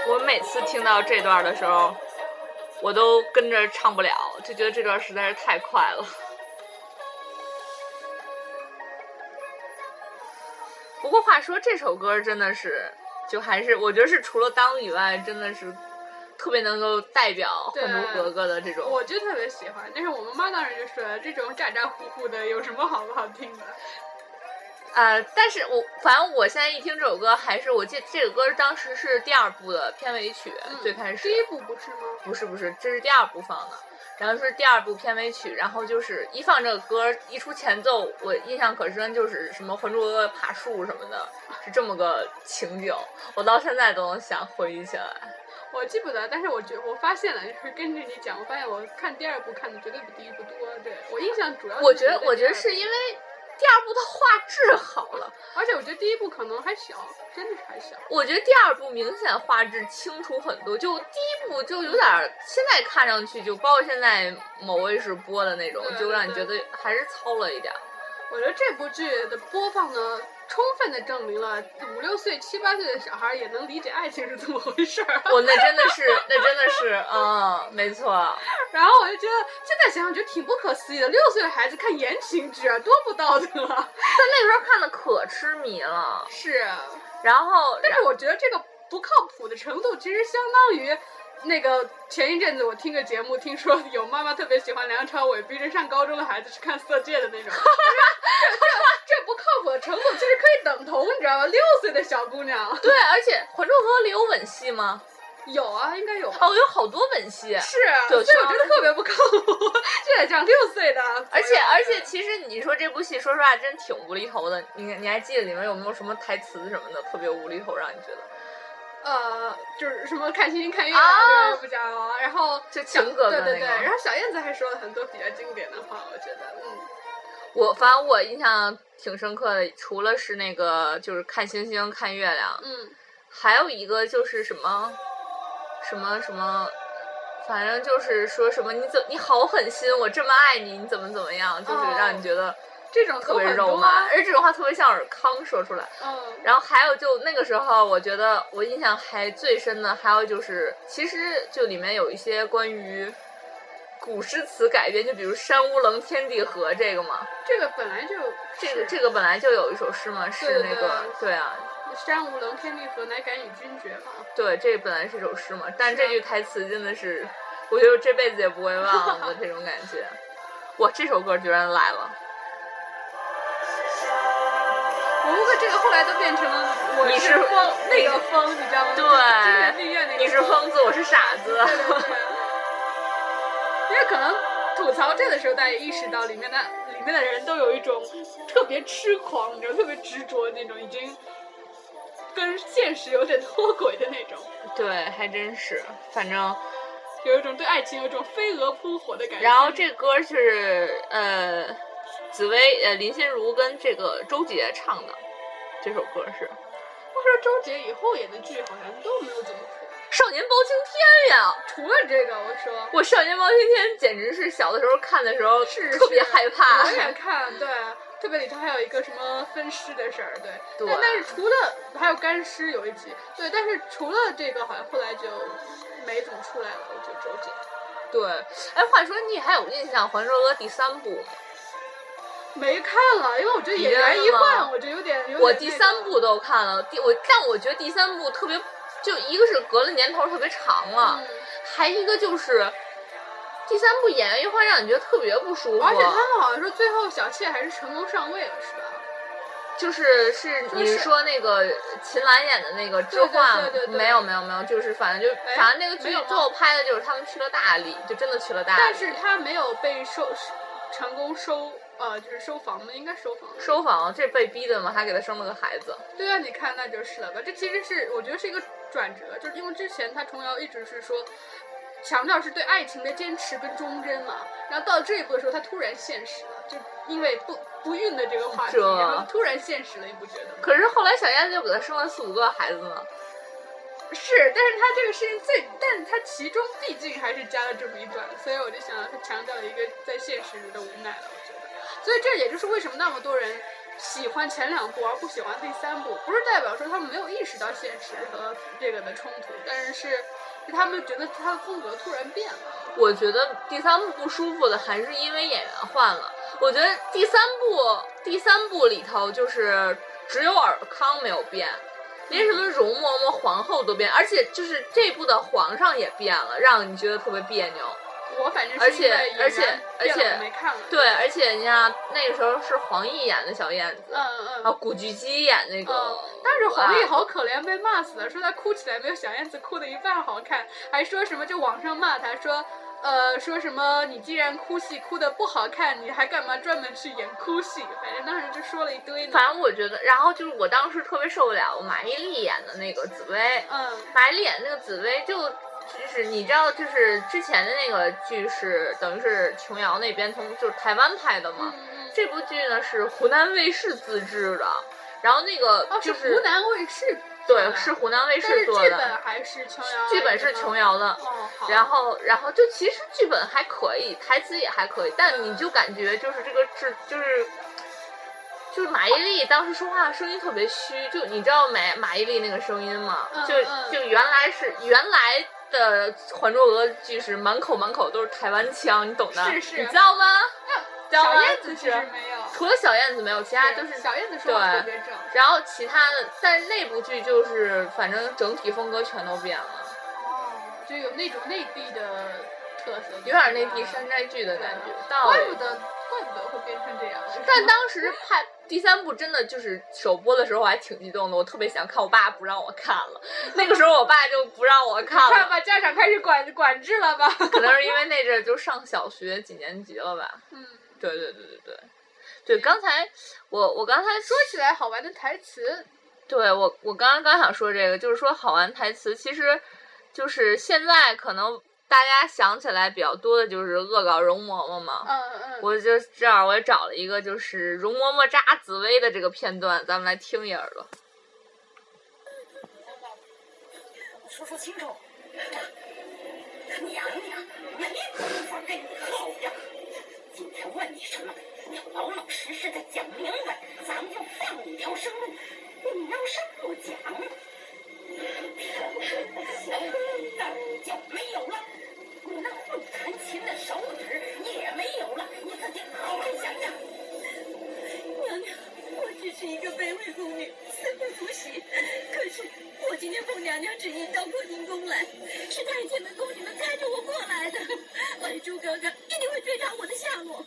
Speaker 1: 我每次听到这段的时候，我都跟着唱不了，就觉得这段实在是太快了。不过话说，这首歌真的是，就还是我觉得是除了当以外，真的是特别能够代表《还珠格格》的这种。
Speaker 2: [LAUGHS] 我就特别喜欢，但是我妈妈当时就说这种咋咋呼呼的有什么好不好听的？
Speaker 1: 呃，但是我反正我现在一听这首歌，还是我记得这个歌当时是第二部的片尾曲，
Speaker 3: 嗯
Speaker 1: 最开
Speaker 2: 嗯
Speaker 1: 始。
Speaker 2: 第一部不是吗？
Speaker 1: 不是不是，这是第二部放的，然后是第二部片尾曲，然后就是一放这个歌儿，一出前奏，我印象可深，就是什么《还珠格格》爬树什么的，是这么个情景，我到现在都能想回忆起来。
Speaker 2: 我记不得，但是我觉我发现了，就是跟着你讲，我发现我看第二部看的绝对比第一部多。对我印象主要，
Speaker 1: 我觉得我觉得是因为，第二部的画质好了，
Speaker 2: 而且我觉得第一部可能还小，真的是还小。
Speaker 1: 我觉得第二部明显画质清楚很多，就第一部就有点儿，现在看上去就包括现在某卫视播的那种，
Speaker 2: 对
Speaker 1: 就让你觉
Speaker 2: 对
Speaker 1: 得还是糙了一点儿。
Speaker 2: 我觉得这部剧的播放呢，充分的证明了五六岁、七八岁的小孩也能理解爱情是怎么回事儿。 [LAUGHS]
Speaker 1: 我那真的是，那真的是，嗯，没错。
Speaker 2: 然后我就觉得，现在想想觉得挺不可思议的，六岁的孩子看言情剧啊，多不道德啊！
Speaker 1: 但那时候看的可痴迷了，
Speaker 2: 是啊，
Speaker 1: 然后，
Speaker 2: 但是我觉得这个不靠谱的程度，其实相当于那个前一阵子我听个节目，听说有妈妈特别喜欢梁朝伟，逼着上高中的孩子去看《色戒》的那种。这 [LAUGHS] 这这不靠谱的程度，其实可以等同，你知道吧？六岁的小姑娘
Speaker 1: 对，而且《还珠格格》里有吻戏吗？
Speaker 2: 有啊，应该有吧。
Speaker 1: 哦，有好多吻戏。
Speaker 2: 是啊，所
Speaker 1: 对
Speaker 2: 以我觉得特别不靠谱。这得讲六岁的，
Speaker 1: 而且而且，其实你说这部戏，说实话真挺无厘头的。你你还记得里面有没有什么台词什么的特别无厘头，让你觉得
Speaker 2: 呃，就是什么看星星看月
Speaker 1: 啊
Speaker 2: 亮，不讲了。然后
Speaker 1: 就
Speaker 2: 小
Speaker 1: 情歌的
Speaker 2: 对对对。
Speaker 1: 那个
Speaker 2: 然后小燕子还说了很多比较经典的话，我觉得，嗯，
Speaker 1: 我反正我印象挺深刻的，除了是那个就是看星星看月亮，
Speaker 2: 嗯，
Speaker 1: 还有一个就是什么，什么什么，反正就是说什么你怎你好狠心，我这么爱你，你怎么怎么样，就是让你觉得
Speaker 2: 这种
Speaker 1: 特别
Speaker 2: 有很
Speaker 1: 肉
Speaker 2: 多
Speaker 1: 麻
Speaker 2: 啊，，
Speaker 1: 而这种话特别像尔康说出来。
Speaker 2: 嗯，
Speaker 1: 然后还有就那个时候，啊我觉得我印象还最深的，还有就是其实就里面有一些关于古诗词改编，就比如“山无棱，天地合”这个嘛，
Speaker 2: 这个本来就
Speaker 1: 这个这个本来就有一首诗嘛，是
Speaker 2: 对
Speaker 1: 那
Speaker 2: 对
Speaker 1: 个对啊，
Speaker 2: 山无棱，天地合，乃敢与君绝嘛。
Speaker 1: 对，这本来是首诗嘛，但
Speaker 2: 是
Speaker 1: 这
Speaker 2: 啊
Speaker 1: 句台词真的是，我觉得我这辈子也不会
Speaker 2: [LAUGHS]
Speaker 1: 忘了的这种感觉。哇，这首歌居然来了！
Speaker 2: 我不过这个后来都变成了我
Speaker 1: 你是
Speaker 2: 是风那
Speaker 1: 你
Speaker 2: 个风，你知道吗？
Speaker 1: 对
Speaker 2: 金元丽苑那个
Speaker 1: 你是疯子，我是傻子。
Speaker 2: 对对对，因为可能吐槽这的时候，大家也意识到里面的里面的人都有一种特别痴狂，你知道，特别执着那种，已经跟现实有点脱轨的那种，
Speaker 1: [LAUGHS] 对，还真是，反正。
Speaker 2: 有一种对爱情有一种飞蛾扑火的感觉。
Speaker 1: 然后这歌是呃，紫薇呃林心如跟这个周杰唱的，这首歌是《
Speaker 2: 话说周杰以后演的剧好像都没有怎么火，
Speaker 1: 少年包青天》呀。
Speaker 2: 除了这个，我说
Speaker 1: 我《少年包青天》简直是小的时候看的时候
Speaker 2: 是
Speaker 1: 特别害怕
Speaker 2: 我，也看，对，特别里头还有一个什么分尸的事儿，对，
Speaker 1: 对
Speaker 2: 但但是除了还有干尸有一集，对，但是除了这个，好像后来就没怎么出来了，我觉得周杰
Speaker 1: 对，哎，话说你还有印象《还珠格格》第三部吗？
Speaker 2: 没看了，因为我觉得演员
Speaker 1: 你
Speaker 2: 一
Speaker 1: 觉得吗
Speaker 2: 换，我就有点有点
Speaker 1: 我第
Speaker 2: 那个
Speaker 1: 三部都看了，第我但我觉得第三部特别，就一个是隔了年头特别长了，
Speaker 2: 嗯
Speaker 1: 还一个就是第三部演员一换让你觉得特别不舒服，
Speaker 2: 而且他们好像说最后小妾还是成功上位了，是吧？
Speaker 1: 哎就是是
Speaker 2: 就是
Speaker 1: 你说那个秦岚演的那个知画吗
Speaker 2: 对对对对对
Speaker 1: 没有没有没有，就是反正就
Speaker 2: 哎
Speaker 1: 反正那个剧
Speaker 2: 没有吗
Speaker 1: 最后拍的就是他们去了大理，就真的去了大理，
Speaker 2: 但是他没有被收成功收，呃，就是收房吗？应该收房。
Speaker 1: 收房这被逼的嘛，还给他生了个孩子，
Speaker 2: 对啊，你看那就是了吧？这其实是我觉得是一个转折，就是因为之前他琼瑶一直是说强调是对爱情的坚持跟忠贞嘛，然后到这一步的时候，他突然现实了，就因为不不孕的这个话题，
Speaker 1: 这
Speaker 2: 然后突然现实了，你不觉得吗？
Speaker 1: 可是后来小燕子又给他生了四五个孩子呢，
Speaker 2: 是，但是他这个事情最，但是他其中毕竟还是加了这么一段，所以我就想到他强调了一个在现实里的无奈了，我觉得。所以这也就是为什么那么多人喜欢前两部而不喜欢第三部，不是代表说他们没有意识到现实和这个的冲突，但是是他们觉得他的风格突然变了。
Speaker 1: 我觉得第三部不舒服的还是因为演员换了。我觉得第三部第三部里头就是只有尔康没有变，连什么容嬷嬷、皇后都变，而且就是这部的皇上也变了，让你觉得特别别扭。
Speaker 2: 我反正
Speaker 1: 而
Speaker 2: 是因
Speaker 1: 且
Speaker 2: 为演员
Speaker 1: 而且而
Speaker 2: 变了
Speaker 1: 且
Speaker 2: 我没看了。
Speaker 1: 对，而且你看那个时候是黄奕演的小燕子，
Speaker 2: 嗯嗯
Speaker 1: 啊，
Speaker 2: 嗯。
Speaker 1: 古巨基演那个，
Speaker 2: 嗯，但是黄奕
Speaker 1: 啊
Speaker 2: 好可怜，被骂死了，说他哭起来没有小燕子哭的一半好看，还说什么就网上骂他说，呃，说什么你既然哭戏哭的不好看，你还干嘛专门去演哭戏？反正当时就说了一堆呢。
Speaker 1: 反正我觉得，然后就是我当时特别受不了马伊琍演的那个紫薇，
Speaker 2: 嗯
Speaker 1: 马伊琍演的那个紫薇就就是你知道，就是之前的那个剧是等于是琼瑶那边从就是台湾拍的嘛，
Speaker 2: 嗯，
Speaker 1: 这部剧呢是湖南卫视自制的，然后那个
Speaker 2: 哦，
Speaker 1: 就是
Speaker 2: 湖南卫视做的，
Speaker 1: 对是湖南卫
Speaker 2: 但是剧
Speaker 1: 视做
Speaker 2: 本
Speaker 1: 的，
Speaker 2: 还是琼瑶，
Speaker 1: 剧本是琼。瑶的。
Speaker 2: 哦，好。
Speaker 1: 然后，然后就其实剧本还可以，台词也还可以，但你就感觉就是这个制就是。就是马伊琍当时说话声音特别虚，就你知道马马伊琍那个声音吗？
Speaker 2: 嗯
Speaker 1: 就
Speaker 2: 嗯
Speaker 1: 就原来是原来的《还珠格格》剧是满口满口都是台湾腔，你懂的，
Speaker 2: 是是
Speaker 1: 你知道吗？知道
Speaker 2: 小
Speaker 1: 吗
Speaker 2: 燕子其
Speaker 1: 就
Speaker 2: 实
Speaker 1: 是
Speaker 2: 没有，
Speaker 1: 除了小燕子没有，其他就是
Speaker 2: 小燕子说话
Speaker 1: 对
Speaker 2: 特别正。
Speaker 1: 然后其他的，但是那部剧就是反正整体风格全都变了，
Speaker 2: 哦，就有那种内地的特色，
Speaker 1: 有点内地山寨剧的感觉。到
Speaker 2: 怪不得，怪不得会变成这样。 [LAUGHS]
Speaker 1: 但当时拍第三部真的就是首播的时候，我还挺激动的，我特别想看，我爸不让我看了。那个时候我爸就不让我看
Speaker 2: 看
Speaker 1: 了，
Speaker 2: 吧，家长开始管管制了吧？
Speaker 1: [LAUGHS] 可能是因为那阵儿就上小学几年级了吧。
Speaker 2: 嗯，
Speaker 1: 对对对对对，对，刚才我我刚才说
Speaker 2: 说起来好玩的台词，
Speaker 1: 对我，我刚刚刚想说这个，就是说好玩台词，其实就是现在可能大家想起来比较多的就是恶搞容嬷嬷嘛。
Speaker 2: 嗯嗯，
Speaker 1: 哦我就这样，我也找了一个就是容嬷嬷扎紫薇的这个片段，咱们来听一耳朵。
Speaker 3: 说说清楚。娘娘，没法跟你耗着。今天问你什么，你要老老实实的讲明白，咱们就放你一条生路。你要是不讲，小妮儿就没有了。你那会弹琴的手指也没有了，你自己好好想想。
Speaker 5: 娘娘，我只是一个卑微宫女，死不足惜。可是我今天奉娘娘旨意到坤宁宫来，是太监们宫女们看着我过来的。还珠格格一定会追查我的下落，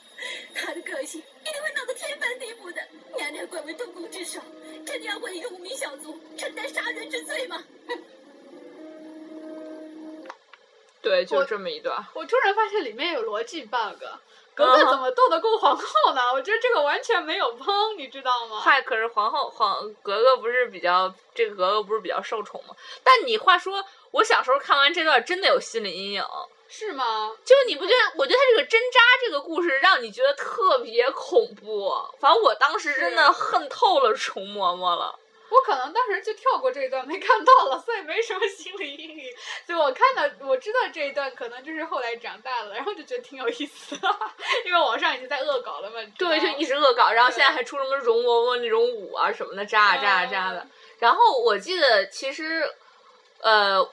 Speaker 5: 她的个性一定会闹得天翻地覆的。娘娘贵为东宫之首，真的要为一个无名小卒承担杀人之罪吗？
Speaker 1: 对，就
Speaker 2: 我
Speaker 1: 这么一段。
Speaker 2: 我突然发现里面有逻辑 bug，格格
Speaker 1: 嗯
Speaker 2: 怎么斗得过皇后呢？我觉得这个完全没有帮，你知道吗？
Speaker 1: 嗨，可是皇后皇格格不是比较这个格格不是比较受宠吗？但你话说，我小时候看完这段真的有心理阴影，
Speaker 2: 是吗？
Speaker 1: 就你不觉得？我觉得他这个针扎这个故事让你觉得特别恐怖，反正我当时真的恨透了 [LAUGHS] 虫嬷嬷了。
Speaker 2: 我可能当时就跳过这一段，没看到了，所以没什么心理阴影。 [LAUGHS] 所以我看到我知道这一段，可能就是后来长大了，然后就觉得挺有意思的， [LAUGHS] 因为网上已经在恶搞了嘛。你知道
Speaker 1: 对，
Speaker 2: 吗
Speaker 1: 就一直恶搞，然后
Speaker 2: 对
Speaker 1: 现在还出什么容嬷嬷那种舞啊什么的，扎啊扎
Speaker 2: 嗯
Speaker 1: 啊扎的。然后我记得其实，呃，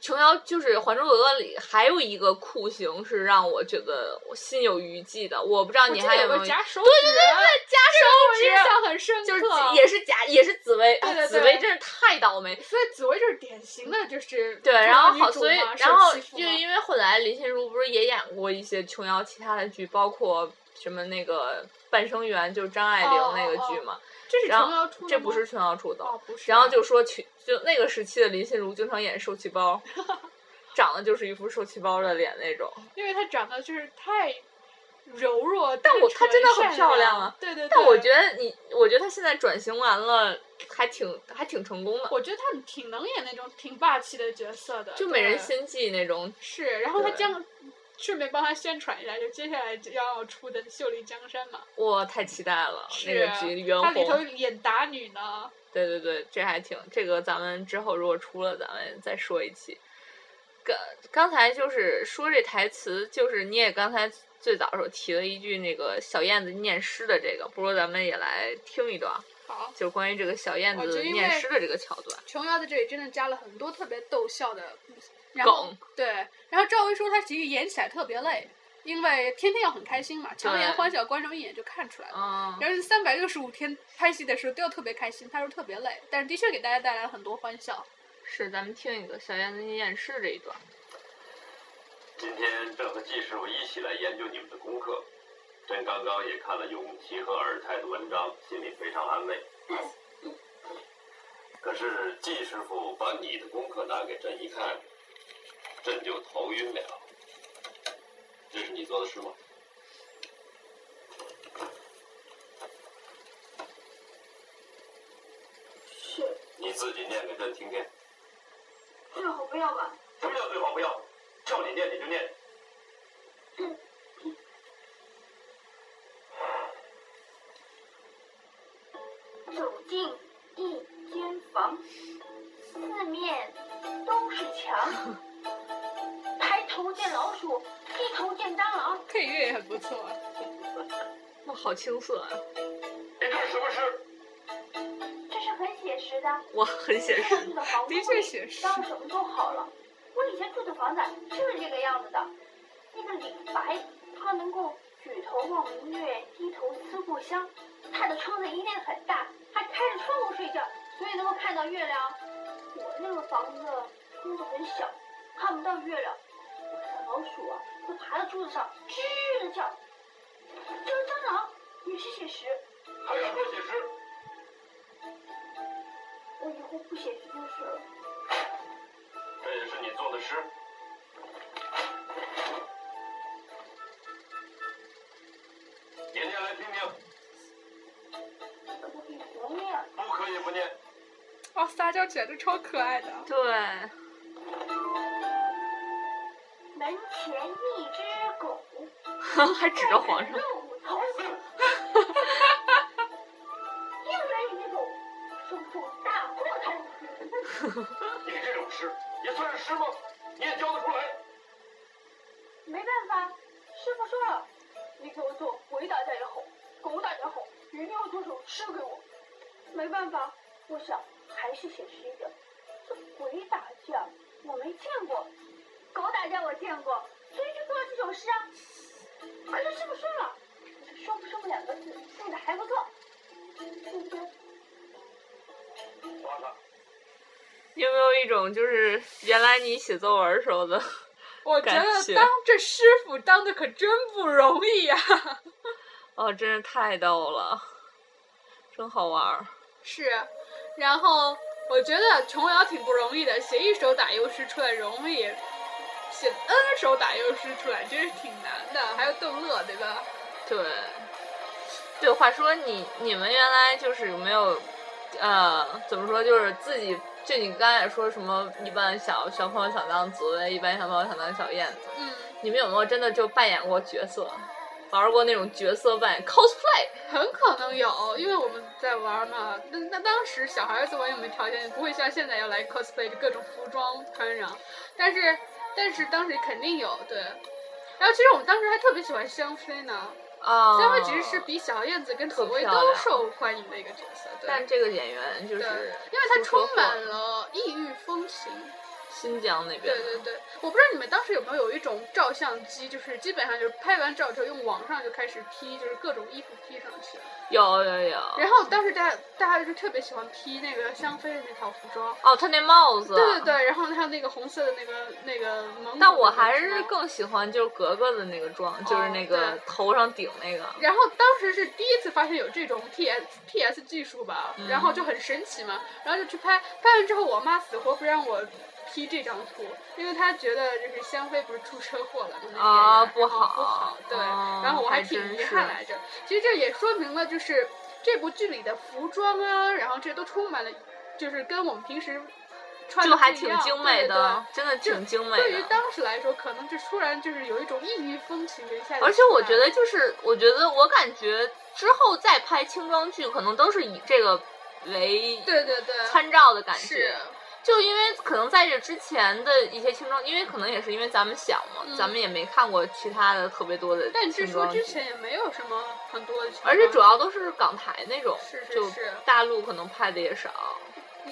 Speaker 1: 琼瑶就是《还珠格格》里还有一个酷刑是让我觉得我心有余悸的，我不知道
Speaker 2: 我
Speaker 1: 啊你
Speaker 2: 记
Speaker 1: 还
Speaker 2: 得有
Speaker 1: 有没有
Speaker 2: 个
Speaker 1: 印象
Speaker 2: 夹手指，啊对对对对，
Speaker 1: 夹
Speaker 2: 印
Speaker 1: 手指。
Speaker 2: 象很深刻。
Speaker 1: 就是也是假，也是紫薇，
Speaker 2: 对对
Speaker 1: 哎紫
Speaker 2: 对
Speaker 1: 薇真是太倒霉。
Speaker 2: 所以紫薇就是典型的，就是
Speaker 1: 对，然后好，
Speaker 2: 女主
Speaker 1: 所以
Speaker 2: 嘛
Speaker 1: 然后
Speaker 2: 受欺负
Speaker 1: 就
Speaker 2: 嘛
Speaker 1: 因为后来林心如不是也演过一些琼瑶其他的剧，包括什么那个《半生缘》，就是张爱玲
Speaker 2: 哦
Speaker 1: 那个
Speaker 2: 哦
Speaker 1: 剧
Speaker 2: 哦
Speaker 1: 嘛，
Speaker 2: 这是琼
Speaker 1: 然后
Speaker 2: 瑶出的
Speaker 1: 这不
Speaker 2: 吗
Speaker 1: 是琼瑶出的。
Speaker 2: 哦，不是啊。
Speaker 1: 然后就说去，就那个时期的林心如经常演受气
Speaker 2: [LAUGHS]
Speaker 1: 包，长得就是一副受气包的脸那种。
Speaker 2: 因为她长得就是太柔弱，
Speaker 1: 但我她
Speaker 2: 单纯
Speaker 1: 真的很
Speaker 2: 善
Speaker 1: 漂亮
Speaker 2: 良
Speaker 1: 啊。
Speaker 2: 对对对，
Speaker 1: 但我觉得你，我觉得她现在转型完了，还挺还挺成功的，
Speaker 2: 我觉得他挺能演那种挺霸气的角色的，
Speaker 1: 就《美人
Speaker 2: 对
Speaker 1: 心计》那种。
Speaker 2: 是，然后他
Speaker 1: 对
Speaker 2: 将顺便帮他宣传一下，就接下来就要出的《秀丽江山》嘛，
Speaker 1: 哇，太期待了那
Speaker 2: 是
Speaker 1: 个剧袁
Speaker 2: 他里头
Speaker 1: 弘。
Speaker 2: 演打女呢，
Speaker 1: 对对对，这还挺这个，咱们之后如果出了，咱们再说一期。刚刚才就是说这台词，就是你也刚才最早的时候提了一句那个小燕子念诗的这个，不如咱们也来听一段。
Speaker 2: 好。
Speaker 1: 就关于这个小燕
Speaker 2: 哦就
Speaker 1: 子
Speaker 2: 因
Speaker 1: 念
Speaker 2: 为
Speaker 1: 诗的这个桥段。
Speaker 5: 琼瑶在这里真的加了很多特别逗笑的然后
Speaker 1: 梗，
Speaker 5: 对，然后赵薇说她其实演起来特别累，因为天天要很开心嘛，强颜
Speaker 1: 对
Speaker 5: 欢笑，观众一眼就看出来了。
Speaker 1: 嗯，
Speaker 5: 然后三百六十五天拍戏的时候都要特别开心，她说特别累，但是的确给大家带来了很多欢笑。
Speaker 1: 是，咱们听一个小燕子念诗这一段。
Speaker 6: 今天正和季师傅一起来研究你们的功课。朕刚刚也看了永琪和尔泰的文章，心里非常安慰。可是季师傅把你的功课拿给朕一看，朕就头晕了。这是你做的诗吗？
Speaker 3: 是，
Speaker 6: 你自己念给朕听听。
Speaker 3: 最好不要吧。
Speaker 6: 什么叫最好不要？叫你念你就念。
Speaker 3: 走进一间房，四面都是墙，抬头见老鼠，低头见蟑螂。
Speaker 5: 配乐也很不错，
Speaker 1: 哇，好青涩啊！
Speaker 6: 你哎这是什么诗？
Speaker 3: 这是很写实的。
Speaker 1: 哇，很写
Speaker 3: 我
Speaker 1: 实。 [LAUGHS]
Speaker 3: 住的房子
Speaker 5: 的确写实
Speaker 3: 当什么都好了。我以前住的房子啊就是这个样子的，那个李白，他能够举头望明月，低头思故乡。他的窗子一定很大，他开着窗户睡觉，所以能够看到月亮。我那个房子屋子很小，看不到月亮。我看老鼠啊，会爬到柱子上吱的叫。这个蟑螂也是写实，
Speaker 6: 还敢说写诗？
Speaker 3: 我以后不写诗就是了。
Speaker 6: 这也是你做的诗？念念来听听，
Speaker 3: 我就可以不念。
Speaker 6: 不可以不念。
Speaker 5: 哇，撒娇起来都超可爱的。
Speaker 1: 对， [LAUGHS]
Speaker 3: 门前一只狗，
Speaker 1: 还指着皇上。 [LAUGHS]
Speaker 3: 露头。 [LAUGHS] 右边一只狗，手拄大裤头。
Speaker 6: 你这种诗也算是诗吗？你也教得出来？
Speaker 3: 没办法，师傅说了，你给我做鬼打架也好，狗打架也好，一定要做首诗给我。没办法，我想还是写诗一点。这鬼打架我没见过，狗打架我见过，所以就做了这首诗啊。可是师傅说了，说不舒服两个字用的还不错，今天。
Speaker 6: 花子，
Speaker 1: 你有没有一种就是原来你写作文时候的？
Speaker 5: 我觉
Speaker 1: 感
Speaker 5: 得
Speaker 1: 谢
Speaker 5: 当这师傅当的可真不容易啊呀、
Speaker 1: 哦，真是太逗了，真好玩儿。
Speaker 5: 是，然后我觉得琼瑶挺不容易的，写一手打油诗出来容易，
Speaker 2: 写 N 首打油诗出来，真是挺难的。还有逗乐，对吧？
Speaker 1: 对，对，话说你你们原来就是有没有，呃，怎么说，就是自己，就你刚才说什么，一般小小朋友想当紫薇，一般小朋友想当小燕子，
Speaker 2: 嗯，
Speaker 1: 你们有没有真的就扮演过角色，玩过那种角色扮演 cosplay？
Speaker 2: 很可能有，因为我们在玩嘛。那那当时小孩子玩又没条件，不会像现在要来 cosplay 各种服装穿上。但是但是当时肯定有对。然后其实我们当时还特别喜欢香妃呢，
Speaker 1: 啊，
Speaker 2: 香妃其实是比小燕子跟紫
Speaker 1: 特
Speaker 2: 薇
Speaker 1: 漂
Speaker 2: 都
Speaker 1: 亮
Speaker 2: 受欢迎的一个角色，对。
Speaker 1: 但这个演员就
Speaker 2: 对，因
Speaker 1: 是
Speaker 2: 为它
Speaker 1: 出车祸
Speaker 2: 充满了异域风情。
Speaker 1: 新疆那边
Speaker 2: 对
Speaker 1: 的，
Speaker 2: 对对，我不知道你们当时有没有有一种照相机，就是基本上就是拍完照之后用网上就开始 P，就是各种衣服 P 上去。
Speaker 1: 有有有。
Speaker 2: 然后当时大家大家就特别喜欢 P 那个香妃的那套服装，
Speaker 1: 哦，他那帽子，
Speaker 2: 对对对，然后还有那个红色的那个那个蒙古的那个什么。
Speaker 1: 但我还是更喜欢就是格格的那个妆，就是那个
Speaker 2: 哦对
Speaker 1: 头上顶那个。
Speaker 2: 然后当时是第一次发现有这种 P S P S 技术吧，
Speaker 1: 嗯
Speaker 2: 然后就很神奇嘛，然后就去拍，拍完之后我妈死活不让我 P 这张图，因为她觉得就是香妃不是出车祸了嘛，
Speaker 1: 啊
Speaker 2: 那个演员
Speaker 1: 不
Speaker 2: 然后不
Speaker 1: 好
Speaker 2: 好，对，
Speaker 1: 哦
Speaker 2: 然后我还
Speaker 1: 还
Speaker 2: 挺
Speaker 1: 真
Speaker 2: 遗
Speaker 1: 是
Speaker 2: 憾来着。其实这也说明了，就是这部剧里的服装啊，然后这都充满了，就是跟我们平时穿的
Speaker 1: 就还
Speaker 2: 不一
Speaker 1: 挺
Speaker 2: 样
Speaker 1: 精美的，。真的
Speaker 2: 对对
Speaker 1: 挺精美
Speaker 2: 对对于
Speaker 1: 的。
Speaker 2: 当时来说，可能就突然就是有一种异域风情的一下子出来了，
Speaker 1: 而且我觉得，就是我觉得，我感觉之后再拍清装剧，可能都是以这个为
Speaker 2: 对对对，
Speaker 1: 参照的感
Speaker 2: 是
Speaker 1: 觉。就因为可能在这之前的一些清装，因为可能也是因为咱们小嘛，
Speaker 2: 嗯
Speaker 1: 咱们也没看过其他的特别多的
Speaker 2: [LAUGHS] 但据
Speaker 1: 清
Speaker 2: 说
Speaker 1: 装剧
Speaker 2: 之。前也没有什么很多的情况，
Speaker 1: 而且主要都是港台那种，
Speaker 2: 是是
Speaker 1: 就是大陆可能拍的也少，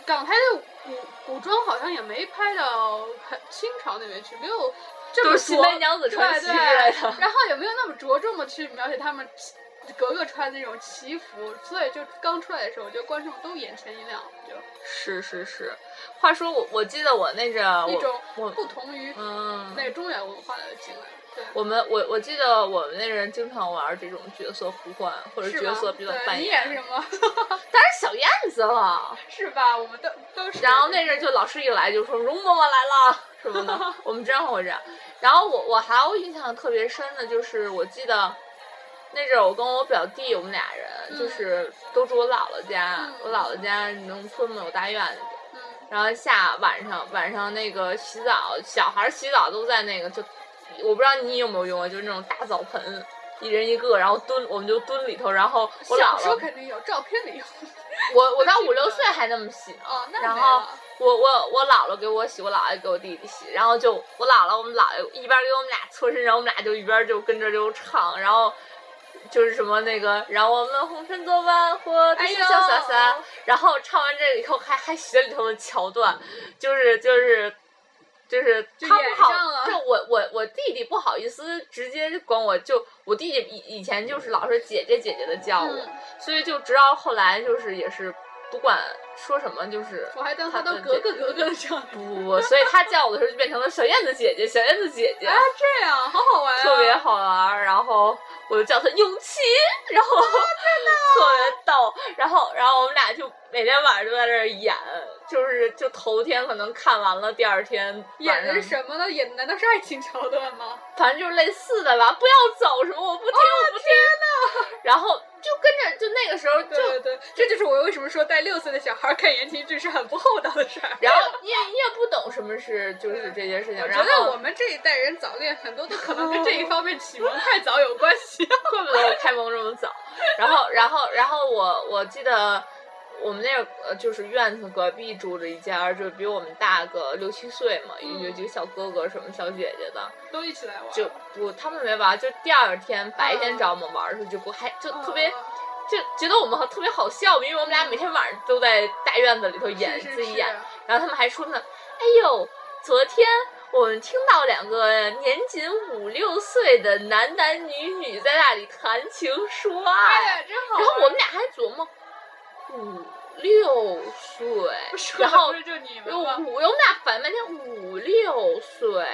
Speaker 2: 港台的古古装好像也没拍到很清朝那边去，没有这
Speaker 1: 都
Speaker 2: 么
Speaker 1: 是新
Speaker 2: 着
Speaker 1: 白娘子传奇
Speaker 2: 对
Speaker 1: 之类
Speaker 2: 对
Speaker 1: 的，。
Speaker 2: 然后也没有那么着重的去描写他们旗格格穿那种旗服，所以就刚出来的时候，我觉得观众都眼前一亮，就是
Speaker 1: 是是。话说我我记得啊我那阵儿
Speaker 2: 那种
Speaker 1: 我我
Speaker 2: 不同于
Speaker 1: 嗯
Speaker 2: 那个中原文化的进来。对，
Speaker 1: 我们我我记得我们那人经常玩这种角色互换或者
Speaker 2: 是
Speaker 1: 角
Speaker 2: 吗
Speaker 1: 色比较
Speaker 2: 对
Speaker 1: 扮
Speaker 2: 你
Speaker 1: 演，
Speaker 2: 演什么？ [LAUGHS]
Speaker 1: 当然小燕子了。
Speaker 2: 是吧？我们都都是。
Speaker 1: 然后那阵就老师一来就说容嬷嬷来了什么 [LAUGHS] 的，我们经常会这样。然后我我还有印象特别深的就是我记得。那阵我跟我表弟，我们俩人就是都住我姥姥家，
Speaker 2: 嗯
Speaker 1: 我姥姥家农村嘛，有大院子，
Speaker 2: 嗯，
Speaker 1: 然后下晚上晚上那个洗澡，小孩儿洗澡都在那个就，我不知道你有没有用过，就是那种大澡盆，一人一个，然后蹲，我们就蹲里头，然后我
Speaker 2: 小
Speaker 1: 姥
Speaker 2: 说
Speaker 1: 姥，
Speaker 2: 肯定有，照片里有。
Speaker 1: 我我到
Speaker 2: 记
Speaker 1: 五六
Speaker 2: 得
Speaker 1: 岁还那么洗呢。
Speaker 2: 哦，那
Speaker 1: 然
Speaker 2: 没
Speaker 1: 后
Speaker 2: 了
Speaker 1: 我我我姥姥给我洗，我姥爷给我弟弟洗，然后就我姥姥我们姥爷一边给我们俩搓身上，我们俩就一边就跟着就唱，然后就是什么那个让我们红尘作伴，活得
Speaker 2: 哎
Speaker 1: 是
Speaker 2: 呦
Speaker 1: 潇洒洒。然后唱完这以后还还写里头的桥段，就是就是。就是
Speaker 2: 就
Speaker 1: 他
Speaker 2: 演
Speaker 1: 不好
Speaker 2: 上了，
Speaker 1: 就我我我弟弟不好意思直接管我，就我弟弟以以前就是老是姐姐姐姐的叫我，
Speaker 2: 嗯
Speaker 1: 所以就直到后来就是也是不管说什么就是
Speaker 2: 我还当他都
Speaker 1: 他
Speaker 2: 格格格格的
Speaker 1: [LAUGHS]
Speaker 2: 叫你。
Speaker 1: 不不不，所以他叫我的时候就变成了小燕子姐姐，小燕子姐
Speaker 2: [LAUGHS]
Speaker 1: 姐，
Speaker 2: 啊，这样好好玩啊！
Speaker 1: 特别好玩儿。然后我就叫她永琪，然
Speaker 2: 啊
Speaker 1: 后、 [LAUGHS] 特别逗。然后然后我们俩就每天晚上就在这儿演，就是就头天可能看完了，第二天
Speaker 2: 演的是
Speaker 1: 么？
Speaker 2: 什么呢？演的难道是爱情桥段吗？
Speaker 1: 反正就是类似的吧。不要走什么，我不
Speaker 2: 哦
Speaker 1: 听，我不听。然后就跟着，就那个时候就
Speaker 2: 对对对，这就是我为什么说带六岁的小孩看言情剧是很不厚道的事儿。
Speaker 1: 然后你也你也不懂什么是就是这件事情，
Speaker 2: 我
Speaker 1: 然
Speaker 2: 觉得
Speaker 1: 后哦
Speaker 2: 我们这一代人早恋，很多都可能跟这一方面启蒙太早有关系。
Speaker 1: [LAUGHS] 怪不得我开蒙这么早。然后，然后，然后我我记得我们那儿呃就是院子隔壁住着一家儿，就比我们大个六七岁嘛，有
Speaker 2: 嗯
Speaker 1: 几个小哥哥什么小姐姐的，
Speaker 2: 都一起来玩，
Speaker 1: 就不他们没玩，就第二天白天找我们玩儿的时候就不还就特别。
Speaker 2: 嗯
Speaker 1: 就觉得我们好特别好笑，因为我们俩每天晚上都在大院子里头演
Speaker 2: 嗯是是
Speaker 1: 自己
Speaker 2: 是
Speaker 1: 演，然后他们还说呢，哎呦，昨天我们听到两个年仅五六岁的男男女女在那里谈情说
Speaker 2: 哎
Speaker 1: 爱，
Speaker 2: 呀，真好玩。
Speaker 1: 然后我们俩还琢磨，五六岁
Speaker 2: 不是，
Speaker 1: 然后
Speaker 2: 不是就你们
Speaker 1: 有五，我
Speaker 2: 吗？
Speaker 1: 们俩反应半天五六岁，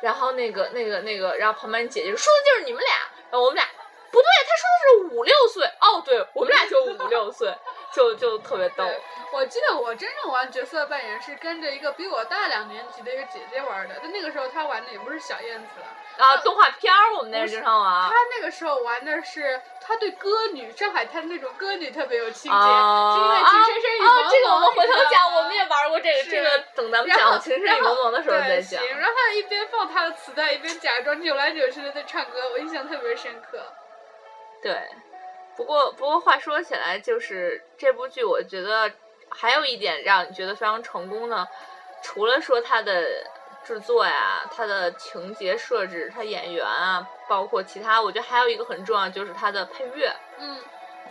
Speaker 1: 然后那个那个那个，然后旁边姐姐说的就是你们俩，然后我们俩不对，他说的是五六岁，哦，对我们俩就五六岁，就就特别逗。
Speaker 2: 对，我记得我真正玩角色扮演是跟着一个比我大两年级的一个姐姐玩的，但那个时候她玩的也不是小燕子了，
Speaker 1: 啊，动画片儿我们那
Speaker 2: 不
Speaker 1: 是
Speaker 2: 是
Speaker 1: 经常玩
Speaker 2: 她。那个时候玩的是她对歌女上海滩那种歌女特别有情节，
Speaker 1: 啊
Speaker 2: 是因为情深深雨蒙蒙
Speaker 1: 啊，这个我们回头
Speaker 2: 你知道
Speaker 1: 讲，
Speaker 2: 吗
Speaker 1: 我们也玩过这个，
Speaker 2: 是
Speaker 1: 这个等咱们
Speaker 2: 然后
Speaker 1: 讲《情深深雨蒙蒙》的时候再
Speaker 2: 对，
Speaker 1: 讲
Speaker 2: 行。。然后他一边放他的磁带，一边假装扭来扭去的在唱歌，我印象特别深刻。
Speaker 1: 对，不过不过话说起来，就是这部剧，我觉得还有一点让你觉得非常成功呢，除了说它的制作呀、它的情节设置、它演员啊，包括其他，我觉得还有一个很重要就是它的配乐。
Speaker 2: 嗯，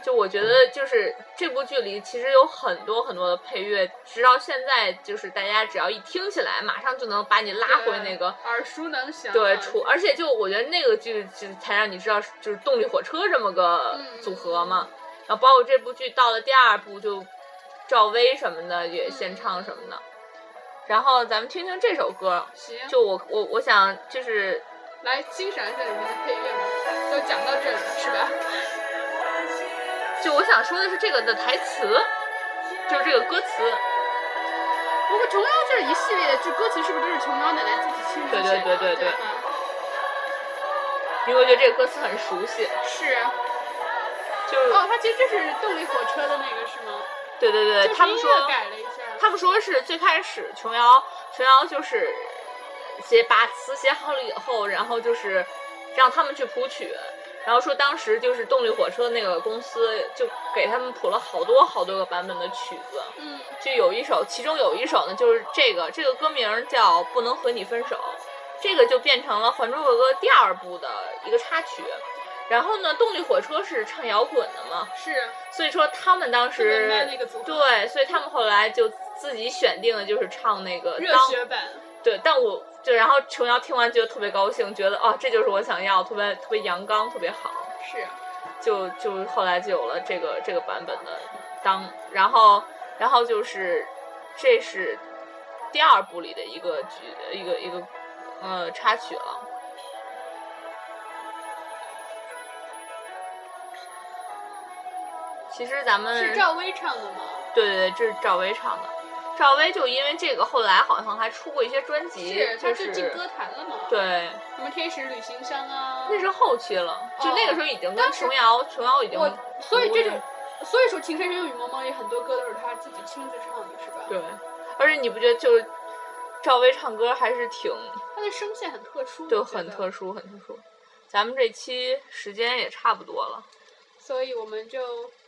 Speaker 1: 就我觉得，就是这部剧里其实有很多很多的配乐，直到现在，就是大家只要一听起来，马上就能把你拉回那个
Speaker 2: 耳熟能详啊。
Speaker 1: 对，除而且就我觉得那个剧就是才让你知道是就是动力火车这么个
Speaker 2: 嗯
Speaker 1: 组合嘛，然后包括这部剧到了第二部就赵薇什么的
Speaker 2: 嗯
Speaker 1: 也献唱什么的，然后咱们听听这首歌，
Speaker 2: 行，
Speaker 1: 就我我我想就是
Speaker 2: 来欣赏一下里面的配乐吧。都讲到这里了，是吧？
Speaker 1: 就我想说的是这个的台词，就是这个歌词，
Speaker 2: 不过琼瑶这一系列的这歌词是不是都是琼瑶奶奶自己亲
Speaker 1: 对
Speaker 2: 自写
Speaker 1: 对
Speaker 2: 的？嗯
Speaker 1: 对对对
Speaker 2: 对吧
Speaker 1: 因为我觉得这个歌词很熟悉，
Speaker 2: 是啊
Speaker 1: 就是、
Speaker 2: 哦，它其实这是动力火车的那个是吗？
Speaker 1: 对对对，
Speaker 2: 就是
Speaker 1: 呃他们
Speaker 2: 音
Speaker 1: 说
Speaker 2: 乐改了一下。
Speaker 1: 他们说是最开始琼瑶，琼瑶就是写把词写好了以后，然后就是让他们去谱曲，然后说当时就是动力火车那个公司就给他们谱了好多好多个版本的曲子，
Speaker 2: 嗯
Speaker 1: 就有一首，其中有一首呢就是这个，这个歌名叫《不能和你分手》，这个就变成了《还珠格格》第二部的一个插曲。然后呢，动力火车是唱摇滚的嘛，
Speaker 2: 是
Speaker 1: 所以说他们当
Speaker 2: 特别
Speaker 1: 时
Speaker 2: 卖那个组合
Speaker 1: 对，所以他们后来就自己选定了就是唱那个
Speaker 2: 热
Speaker 1: 当
Speaker 2: 血版。
Speaker 1: 对，但我就然后琼瑶听完觉得特别高兴，觉得哦这就是我想要，特别特别阳刚，特别好，
Speaker 2: 是啊
Speaker 1: 就就后来就有了这个这个版本的当，然后然后就是这是第二部里的一个剧一个一个呃插曲了。其实咱们
Speaker 2: 是赵薇唱的吗？
Speaker 1: 对对对，这是赵薇唱的。赵薇就因为这个，后来好像还出过一些专辑，
Speaker 2: 是，
Speaker 1: 就
Speaker 2: 她
Speaker 1: 是
Speaker 2: 就进歌坛了嘛。，
Speaker 1: 对，
Speaker 2: 什么天使旅行箱啊。
Speaker 1: 那是后期了，就那个时候已经跟
Speaker 2: 哦当时
Speaker 1: 琼瑶，琼瑶已经
Speaker 2: 我所以这种
Speaker 1: 嗯，
Speaker 2: 所以说《情深深雨蒙蒙》里很多歌都是他自己亲自唱的，是吧？，
Speaker 1: 对，而且你不觉得就是赵薇唱歌还是挺
Speaker 2: 他的声线很特殊，
Speaker 1: 就
Speaker 2: 我觉
Speaker 1: 很
Speaker 2: 得
Speaker 1: 特，殊，很特殊。咱们这期时间也差不多了，
Speaker 2: 所以我们就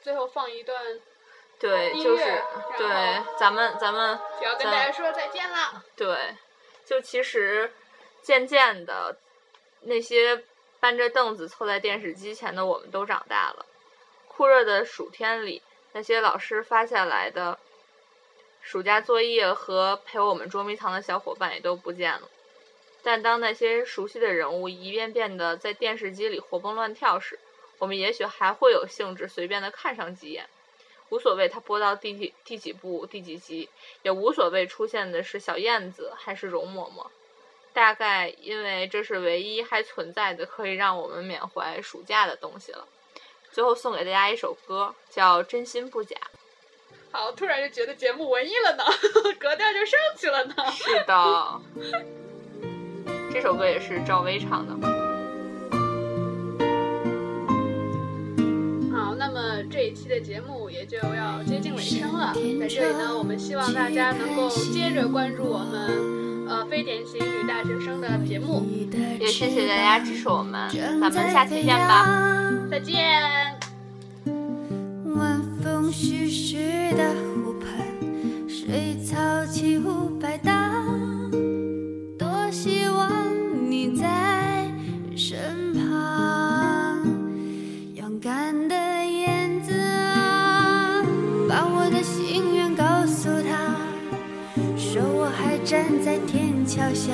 Speaker 2: 最后放一段，
Speaker 1: 对，
Speaker 2: 音
Speaker 1: 就
Speaker 2: 乐
Speaker 1: 是
Speaker 2: 然
Speaker 1: 对
Speaker 2: 后，
Speaker 1: 咱们咱们
Speaker 2: 就要跟
Speaker 1: 咱
Speaker 2: 大家说再见了。
Speaker 1: 对，就其实渐渐的，那些搬着凳子凑在电视机前的我们都长大了。酷热的暑天里，那些老师发下来的暑假作业和陪我们捉迷藏的小伙伴也都不见了。但当那些熟悉的人物一遍遍的在电视机里活蹦乱跳时，我们也许还会有兴致随便的看上几眼，无所谓他播到第几第几部第几集，也无所谓出现的是小燕子还是容嬷嬷。大概因为这是唯一还存在的可以让我们缅怀暑假的东西了。最后送给大家一首歌，叫《真心不假
Speaker 2: 好，突然就觉得节目文艺了呢， [LAUGHS] 格调就上去了呢。》。
Speaker 1: 是的，这首歌也是赵薇唱的。
Speaker 2: 好，那么这一期的节目也就要接近尾声了。在这里呢，我们希望大家能够接着关注我们呃非典型女大学生的节目。
Speaker 1: 也谢谢大家支持我们，咱们
Speaker 7: 咱们
Speaker 1: 下
Speaker 7: 下
Speaker 1: 期
Speaker 7: 期
Speaker 1: 见
Speaker 7: 见
Speaker 1: 吧，
Speaker 7: 吧。
Speaker 2: 再见。
Speaker 7: 晚风徐徐的湖畔，水草起舞摆荡。多希望你在身旁，勇敢的燕子啊，把我的心愿告诉他，说我还站在天桥下，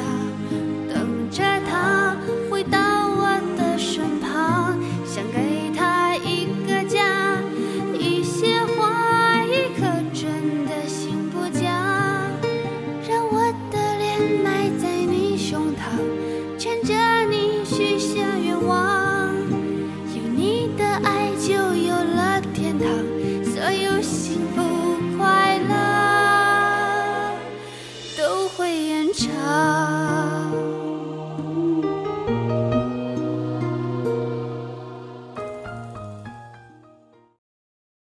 Speaker 7: 等着他回到我的身旁，想给他一个家。一些话，一颗真的心不假，让我的脸埋在你胸膛，牵着